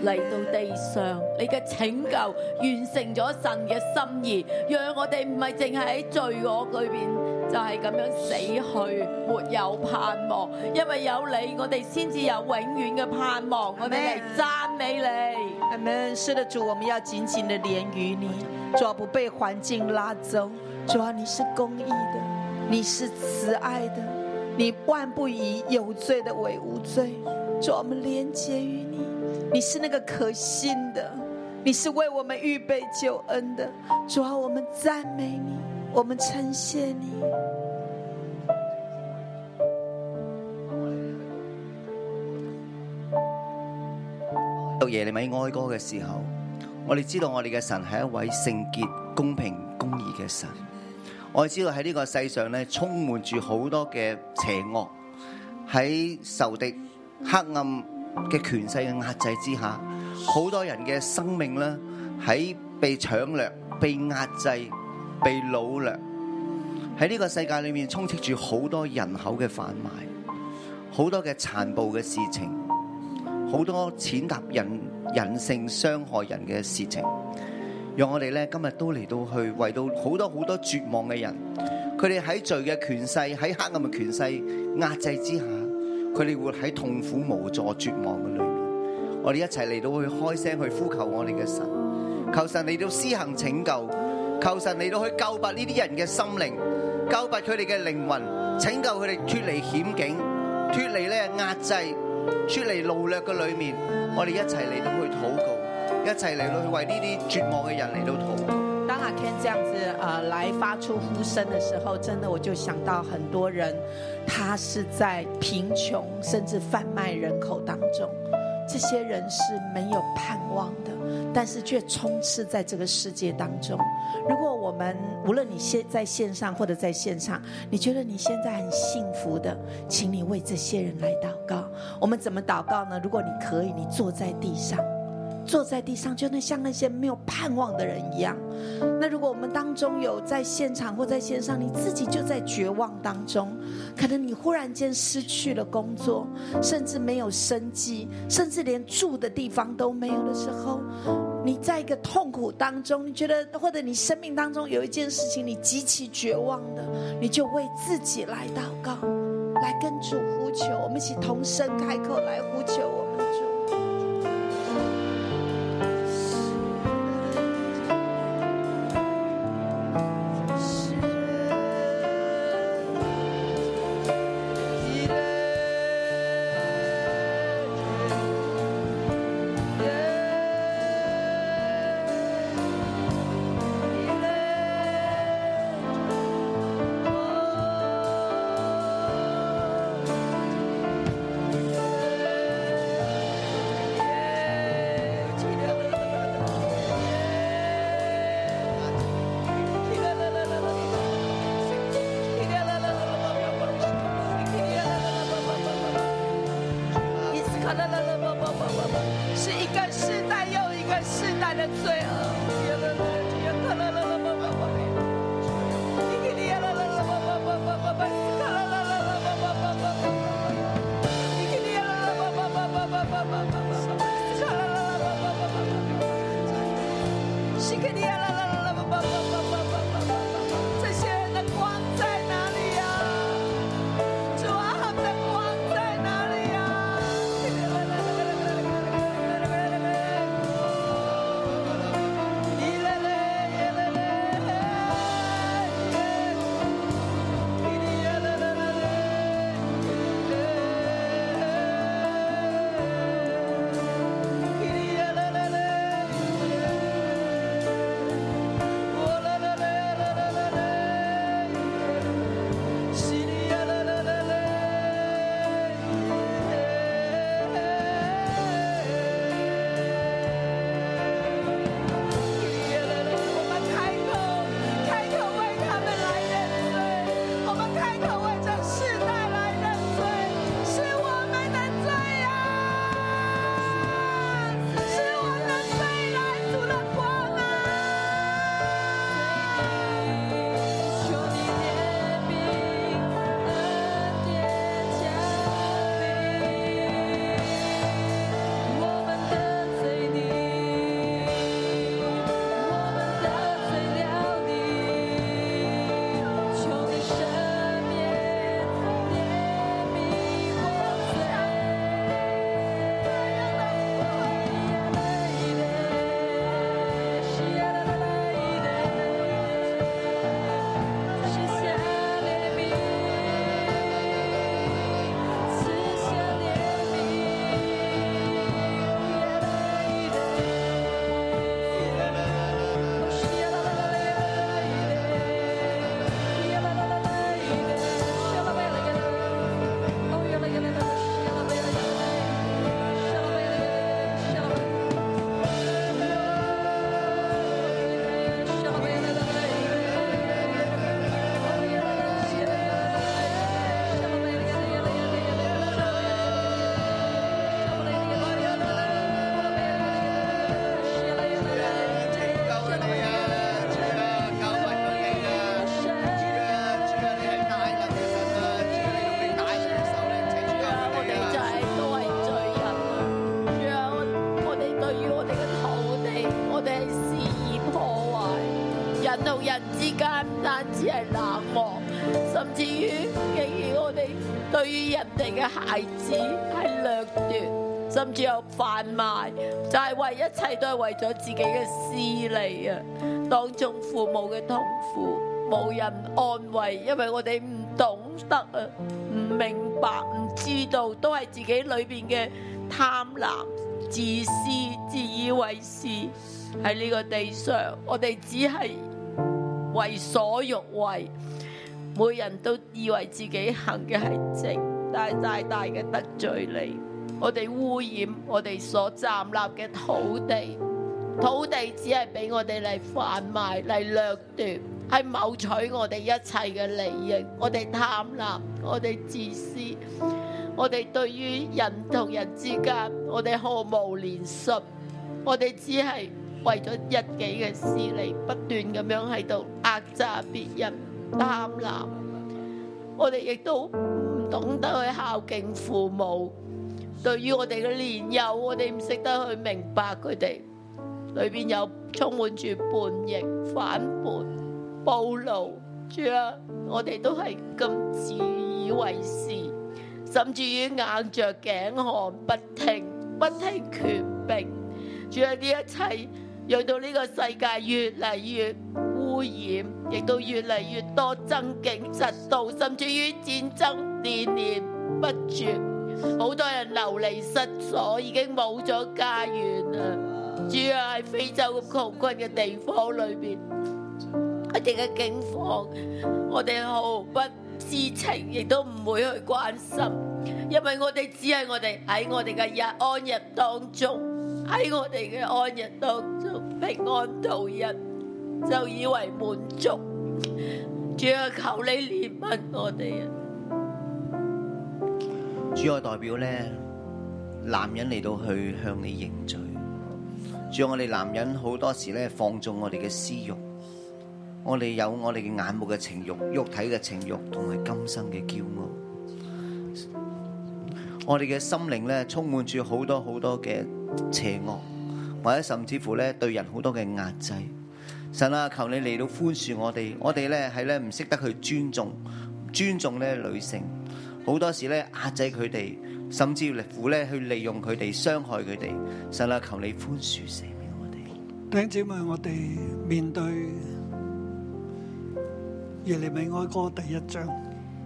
S6: 嚟到地上，你嘅拯救完成咗神嘅心意，讓我哋唔係淨係喺罪惡裏邊。就係咁樣死去，沒有盼望，因為有你，我哋先至有永遠嘅盼望。我哋嚟讚美你。
S4: 阿门。是的，啊主，我们要紧紧的连于你，主要不被环境拉走。主要你是公义的，你是慈爱的，你万不以有罪的为无罪。主，啊我们连接于你，你是那个可信的，你是为我们预备救恩的。主啊要我们赞美你，我们称谢你。
S7: 到耶利米哀歌嘅時候，我哋知道我哋嘅神係一位聖潔、公平、公義嘅神。我哋知道喺呢個世上咧，充滿住好多嘅邪惡，喺仇敵、黑暗嘅權勢嘅壓制之下，好多人嘅生命咧喺被搶掠、被壓制、被掳掠。喺呢個世界裏面，充斥住好多人口嘅販賣，好多嘅殘暴嘅事情。好多踐踏人人性、傷害人嘅事情，讓我哋咧今日都嚟到去為到好多好多絕望嘅人，佢哋喺罪嘅權勢、喺黑暗嘅權勢壓制之下，佢哋活喺痛苦、無助、絕望嘅裏面。我哋一齊嚟到去開聲去呼求我哋嘅神，求神嚟到施行拯救，求神嚟到去救拔呢啲人嘅心靈，救拔佢哋嘅靈魂，拯救佢哋脱離險境，脱離咧壓制。出嚟路略嘅裏面，我哋一齊嚟到去禱告，一齊嚟到去為呢啲絕望嘅人嚟到禱告。
S4: 当阿 Ken 这样子呃来发出呼声的时候，真的我就想到很多人，他是在贫穷甚至贩卖人口当中，这些人是没有盼望的，但是却充斥在这个世界当中。如果我们无论你现在线上或者在线上，你觉得你现在很幸福的，请你为这些人来祷告。我们怎么祷告呢？如果你可以，你坐在地上。坐在地上，就那像那些没有盼望的人一样。那如果我们当中有在现场或在线上，你自己就在绝望当中，可能你忽然间失去了工作，甚至没有生计，甚至连住的地方都没有的时候，你在一个痛苦当中，你觉得或者你生命当中有一件事情你极其绝望的，你就为自己来祷告，来跟主呼求，我们一起同声开口来呼求我们的主。是一个世代又一个世代的罪恶。这些人的光在哪里呀、主啊，他们的光在哪里呀、啊啊
S6: 同人之間唔單止係冷漠，甚至於竟然我哋對於人哋嘅孩子係掠奪，甚至有販賣，就係、為一切都係為咗自己嘅私利啊！當中父母嘅痛苦，冇人安慰，因為我哋唔懂得啊，唔明白，唔知道，都係自己裏邊嘅貪婪、自私、自以為是。喺呢個地上，我哋只係為所欲為，每人都以為自己行嘅係正，但係大大嘅得罪你。我哋污染我哋所站立嘅土地，土地只係俾我哋嚟販賣、嚟掠奪，係謀取我哋一切嘅利益。我哋貪婪，我哋自私，我哋對於人同人之間，我哋毫無憐恤。我哋只係為咗一己嘅私利，不斷咁樣喺度壓榨別人、貪婪。我哋亦都唔懂得去孝敬父母。對於我哋嘅年幼，我哋唔識得去明白佢哋裏邊有充滿住叛逆、反叛、暴露。主啊，我哋都係咁自以為是。甚至於硬着頸項，不聽不聽權柄。主啊，呢一切讓到呢個世界越嚟越污染，亦都越嚟越多爭競嫉妒，甚至於戰爭年年不絕。好多人流離失所，已經冇咗家園啦。主啊，喺非洲咁窮困嘅地方裏邊，我哋嘅境況，我哋毫不知情，亦都唔會去關心，因為我哋只係我哋喺我哋嘅日安日當中，喺我哋嘅安日當中平安度日，就以為滿足。主啊，求你憐憫我哋啊！
S7: 主我代表咧，男人嚟到去向你認罪。主我哋男人好多時咧放縱我哋嘅私欲，我哋有我哋嘅眼目嘅情欲、肉體嘅情欲同埋今生嘅驕傲。我哋嘅心靈咧充滿住好多好多嘅邪惡，或者甚至乎咧對人好多嘅壓制。神啊，求你嚟到寬恕我哋，我哋咧係咧唔識得去尊重，尊重咧女性，好多時咧壓制佢哋，甚至乎咧去利用佢哋，傷害佢哋。神啊，求你寬恕赦免我哋。
S2: 弟兄姊妹，我哋面對耶利米哀歌第一章，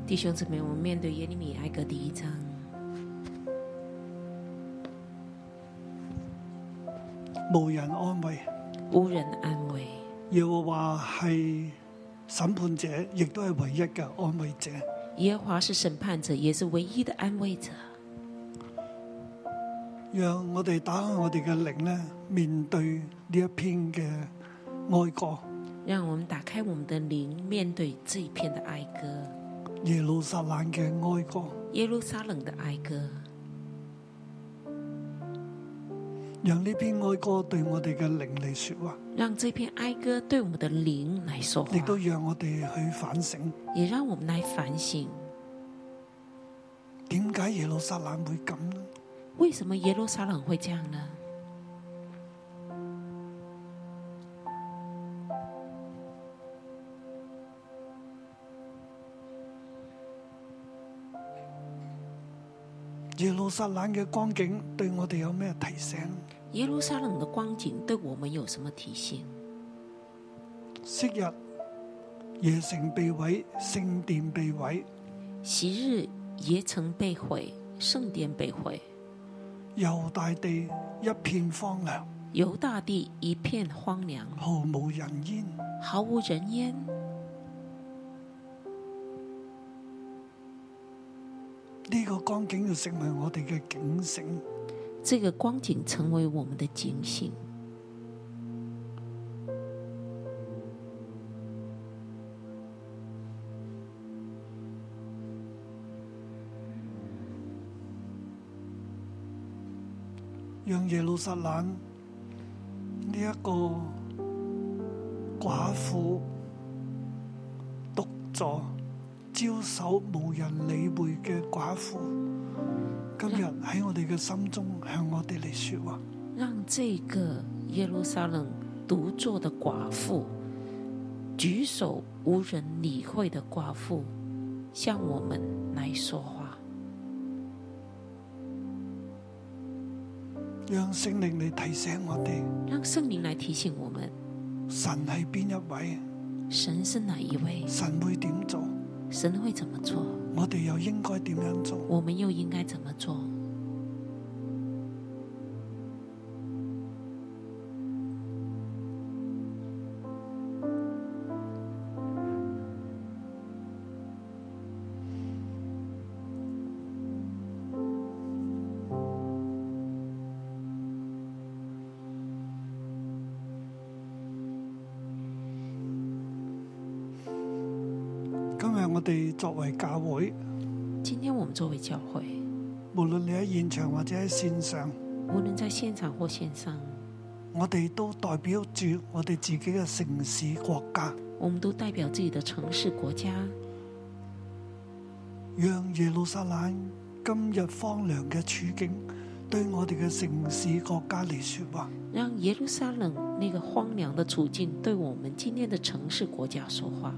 S3: 弟兄姊妹，我们面对耶利米哀歌第一章，
S2: 無人安慰。
S3: 无人安慰，
S2: 耶和華係審判者，亦都係唯一嘅安慰者。
S3: 耶和华是审判者，也是唯一的安慰者。
S2: 讓我哋打開我哋嘅靈咧，面對呢一篇嘅哀歌。
S3: 让我们打开我们的灵，面对这一篇的哀歌，
S2: 耶路撒冷嘅哀歌，
S3: 耶路撒冷的哀歌，
S2: 讓呢篇哀歌對我哋嘅靈嚟说話，
S3: 让这篇哀歌对我们的灵来说话
S2: 亦，都讓我哋去反省，
S3: 也让我们来反省，
S2: 點解耶路撒冷會咁呢？
S3: 为什么耶路撒冷会这样呢？
S2: 耶路撒冷嘅光景對我哋有咩提醒？
S3: 耶路撒冷的光景对我们有什么提醒？
S2: 昔日耶城被毀，聖殿被毀，
S3: 昔日耶城被毁，圣殿被毁，
S2: 猶大地一片荒涼，
S3: 犹大地一片荒凉，
S2: 毫無人煙。
S3: 毫无人烟。
S2: 呢、個光景要成為我哋嘅警醒。
S3: 这个光景成为我们的警醒。
S2: 让耶路撒冷呢一個寡婦獨坐、招手無人理會嘅寡婦，今日喺我哋嘅心中向我哋嚟说話。
S3: 让这个耶路撒冷独坐的寡妇，举手无人理会的寡妇，向我们来说话，
S2: 让圣灵嚟提醒我哋，
S3: 让圣灵来提醒我们：
S2: 神系边一位，
S3: 神是哪一位？
S2: 神会点做，
S3: 神会怎么做？
S2: 我哋又应该点样做？
S3: 我们又应该怎么做？
S2: 今日我哋作为教会，
S3: 今天我们作为教会，
S2: 无论你喺现场或者喺线上，
S3: 无论在现场或线上，
S2: 我哋都代表住我哋自己嘅城市国家，
S3: 我们都代表自己的城市、国家，
S2: 让耶路撒冷今日荒凉嘅处境，对我哋嘅城市国家嚟说话。
S3: 让耶路撒冷那个荒凉的处境对我们今天的城市、国家说话。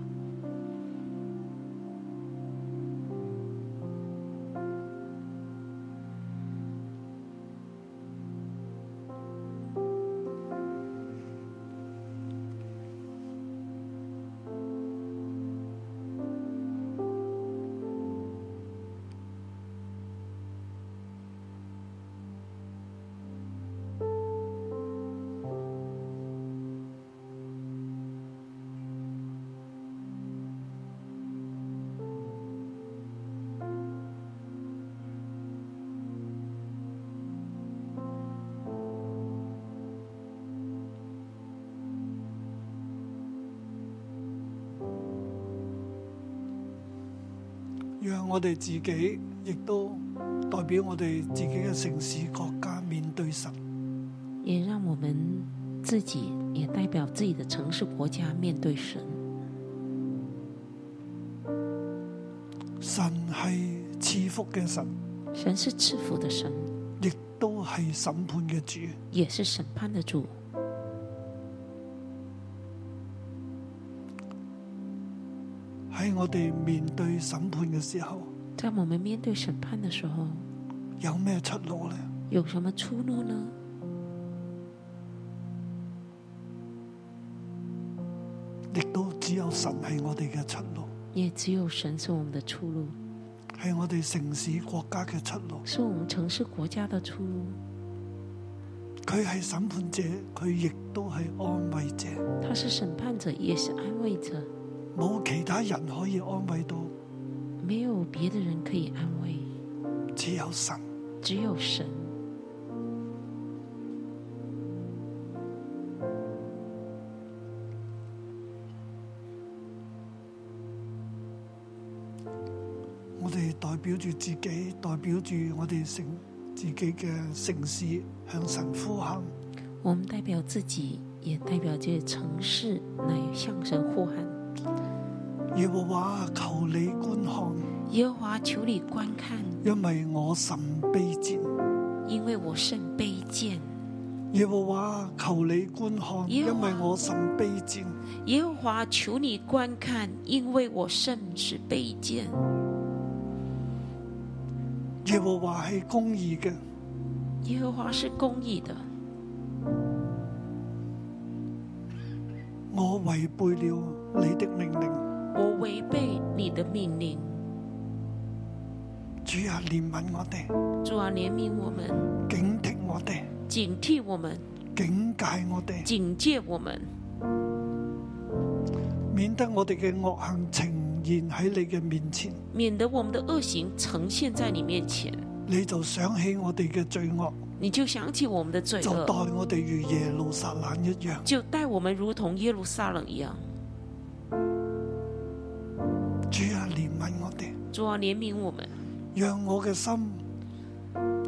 S2: 让我哋自己亦都代表我哋自己嘅城市國家面對神，
S3: 也让我们自己也代表自己的城市、国家面对神。
S2: 神係賜福嘅神，
S3: 神是赐福的神，
S2: 亦都係審判嘅主。
S3: 也是审判的主。
S2: 喺我哋面對審判嘅時候，
S3: 在我们面对审判的时候，
S2: 有咩出路呢？
S3: 有什么出路呢？
S2: 亦都只有神係我哋嘅出路，
S3: 也只有神是我们的出路，
S2: 係我哋城市國家嘅出路。
S3: 是我们城市、国家的出路。
S2: 佢係審判者，佢亦都係安慰者，
S3: 他是审判者，也是安慰者，
S2: 冇其他人可以安慰到，
S3: 没有别的人可以安慰，
S2: 只有神。
S3: 只有神。
S2: 我哋代表住自己，代表住我哋城自己嘅城市，向神呼喊，
S3: 我们代表自己，也代表这城市来向神呼喊：
S2: 耶和華啊求你觀看，
S3: 耶和华，求你观看，
S2: 因為我甚卑賤。
S3: 因为我甚卑贱；
S2: 耶和華啊求你觀看，
S3: 耶和
S2: 因
S3: 華
S2: 為我甚卑賤。
S3: 耶和华，求你观看，因为我甚是卑贱。
S2: 耶和華係公義嘅，
S3: 耶和华是公义的，
S2: 我違背了你的命令。
S3: 我违背你的命令。
S2: 主啊，憐憫我哋，
S3: 主啊，怜悯我们，
S2: 警惕我哋，
S3: 警惕我们，
S2: 警戒我哋，
S3: 警戒我们，
S2: 免得我哋嘅惡行呈現喺你嘅面前，
S3: 免得我们的恶行呈现在你面前。
S2: 你就想起我哋嘅罪惡。
S3: 你就想起我们的罪
S2: 就待
S3: 恶，
S2: 我哋如耶路撒冷一樣，
S3: 就待我们如同耶路撒冷一样。
S2: 主啊，憐憫我哋，
S3: 主啊，怜悯我们，
S2: 讓我嘅心，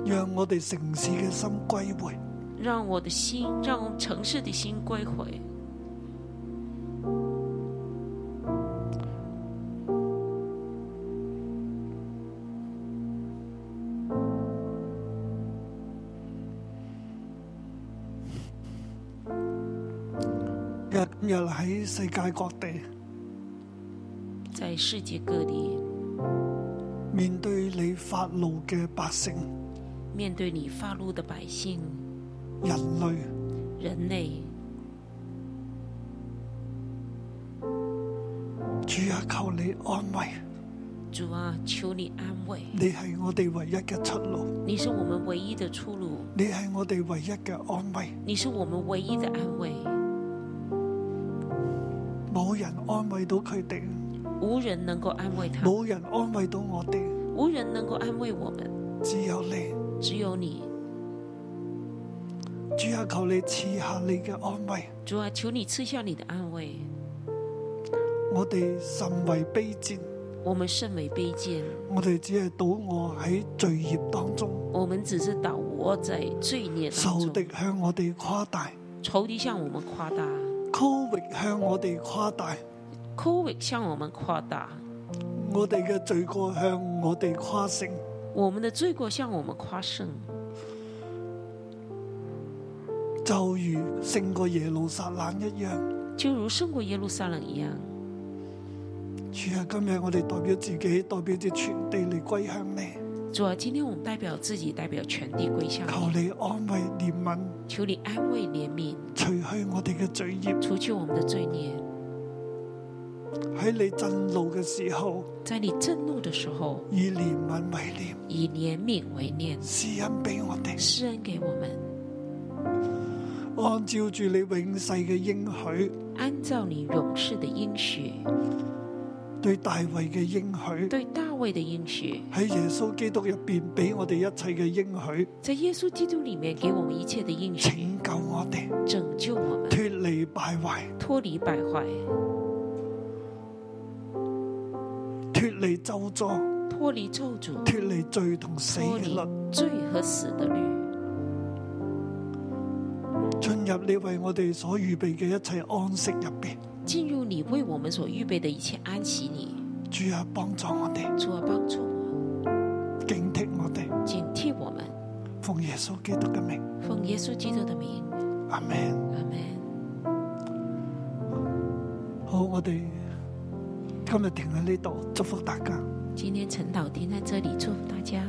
S2: 讓我哋城市嘅心歸回，
S3: 让我的心，让我们城市的心归回，
S2: 嘅今日喺世界各地
S3: 在世界各地
S2: 面對你發怒嘅百姓、
S3: 面对你发怒的百姓、
S2: 人類，
S3: 人类，
S2: 主啊，求你安慰，
S3: 主啊，求你安慰，
S2: 你係我哋唯一嘅出路，
S3: 你是我们唯一的出路，
S2: 你係我哋唯一嘅安慰，
S3: 你是我们唯一的安慰，
S2: 冇人安慰到佢哋，
S3: 无人能够安慰他们，
S2: 冇人安慰到我哋，
S3: 无人能够安慰我们，
S2: 只有你。
S3: 只有你。
S2: 主啊，求你賜下你嘅安慰，
S3: 主啊，求你赐下你的安慰。
S2: 我哋甚為卑賤，
S3: 我们甚为卑贱，
S2: 我哋只係倒卧喺罪孽當中，
S3: 我们只是倒卧在罪孽当
S2: 仇
S3: 中。
S2: 敵向我哋誇大
S3: 仇敌向我们夸大
S2: ，Covid 向我哋誇大，
S3: ，Covid 向我们夸大，
S2: 我哋嘅罪過向我哋誇勝，
S3: 我们的罪过向我们夸胜，
S2: 就如勝過耶路撒冷一樣。
S3: 就如胜过耶路撒冷一样。
S2: 主啊，今日我哋代表自己，代表住全地嚟歸向你，
S3: 主啊，今天我们代表自己，代表全地归向
S2: 求
S3: 你，
S2: 你安慰憐憫，
S3: 求你安慰怜悯，
S2: 除去我哋嘅罪孽。
S3: 除去我们的罪孽。
S2: 喺你震怒嘅時候，
S3: 在你震怒的时候，
S2: 以憐憫為念，
S3: 以怜悯为念，
S2: 施恩俾我哋。
S3: 施恩给我们，
S2: 按照住你永世嘅應許，
S3: 按照你勇士的应许，
S2: 對大衛嘅應許，
S3: 对大卫的应许，
S2: 喺耶穌基督入边俾我哋一切嘅應許，
S3: 在耶稣基督里面给我们一切的应许，
S2: 拯救我哋
S3: 拯救我们，
S2: 脱離敗壞，
S3: 脱离败坏，
S2: 脱離咒詛，
S3: 脱离咒诅，
S2: 脱離罪同死
S3: 脱
S2: 嘅
S3: 离
S2: 律，
S3: 罪和死的律，
S2: 進入你為我哋所預備嘅一切安息入边。
S3: 进入你为我们所预备的一切安息里。
S2: 主啊，幫助我哋，
S3: 主啊，帮助我，
S2: 警惕我哋，
S3: 警惕我们，
S2: 奉耶穌基督嘅名，
S3: 奉耶稣基督的名，
S2: 阿門。
S3: 阿门。
S2: 好，我哋今日停喺呢度，祝福大家。
S3: 今天晨祷停在这里，祝福大家。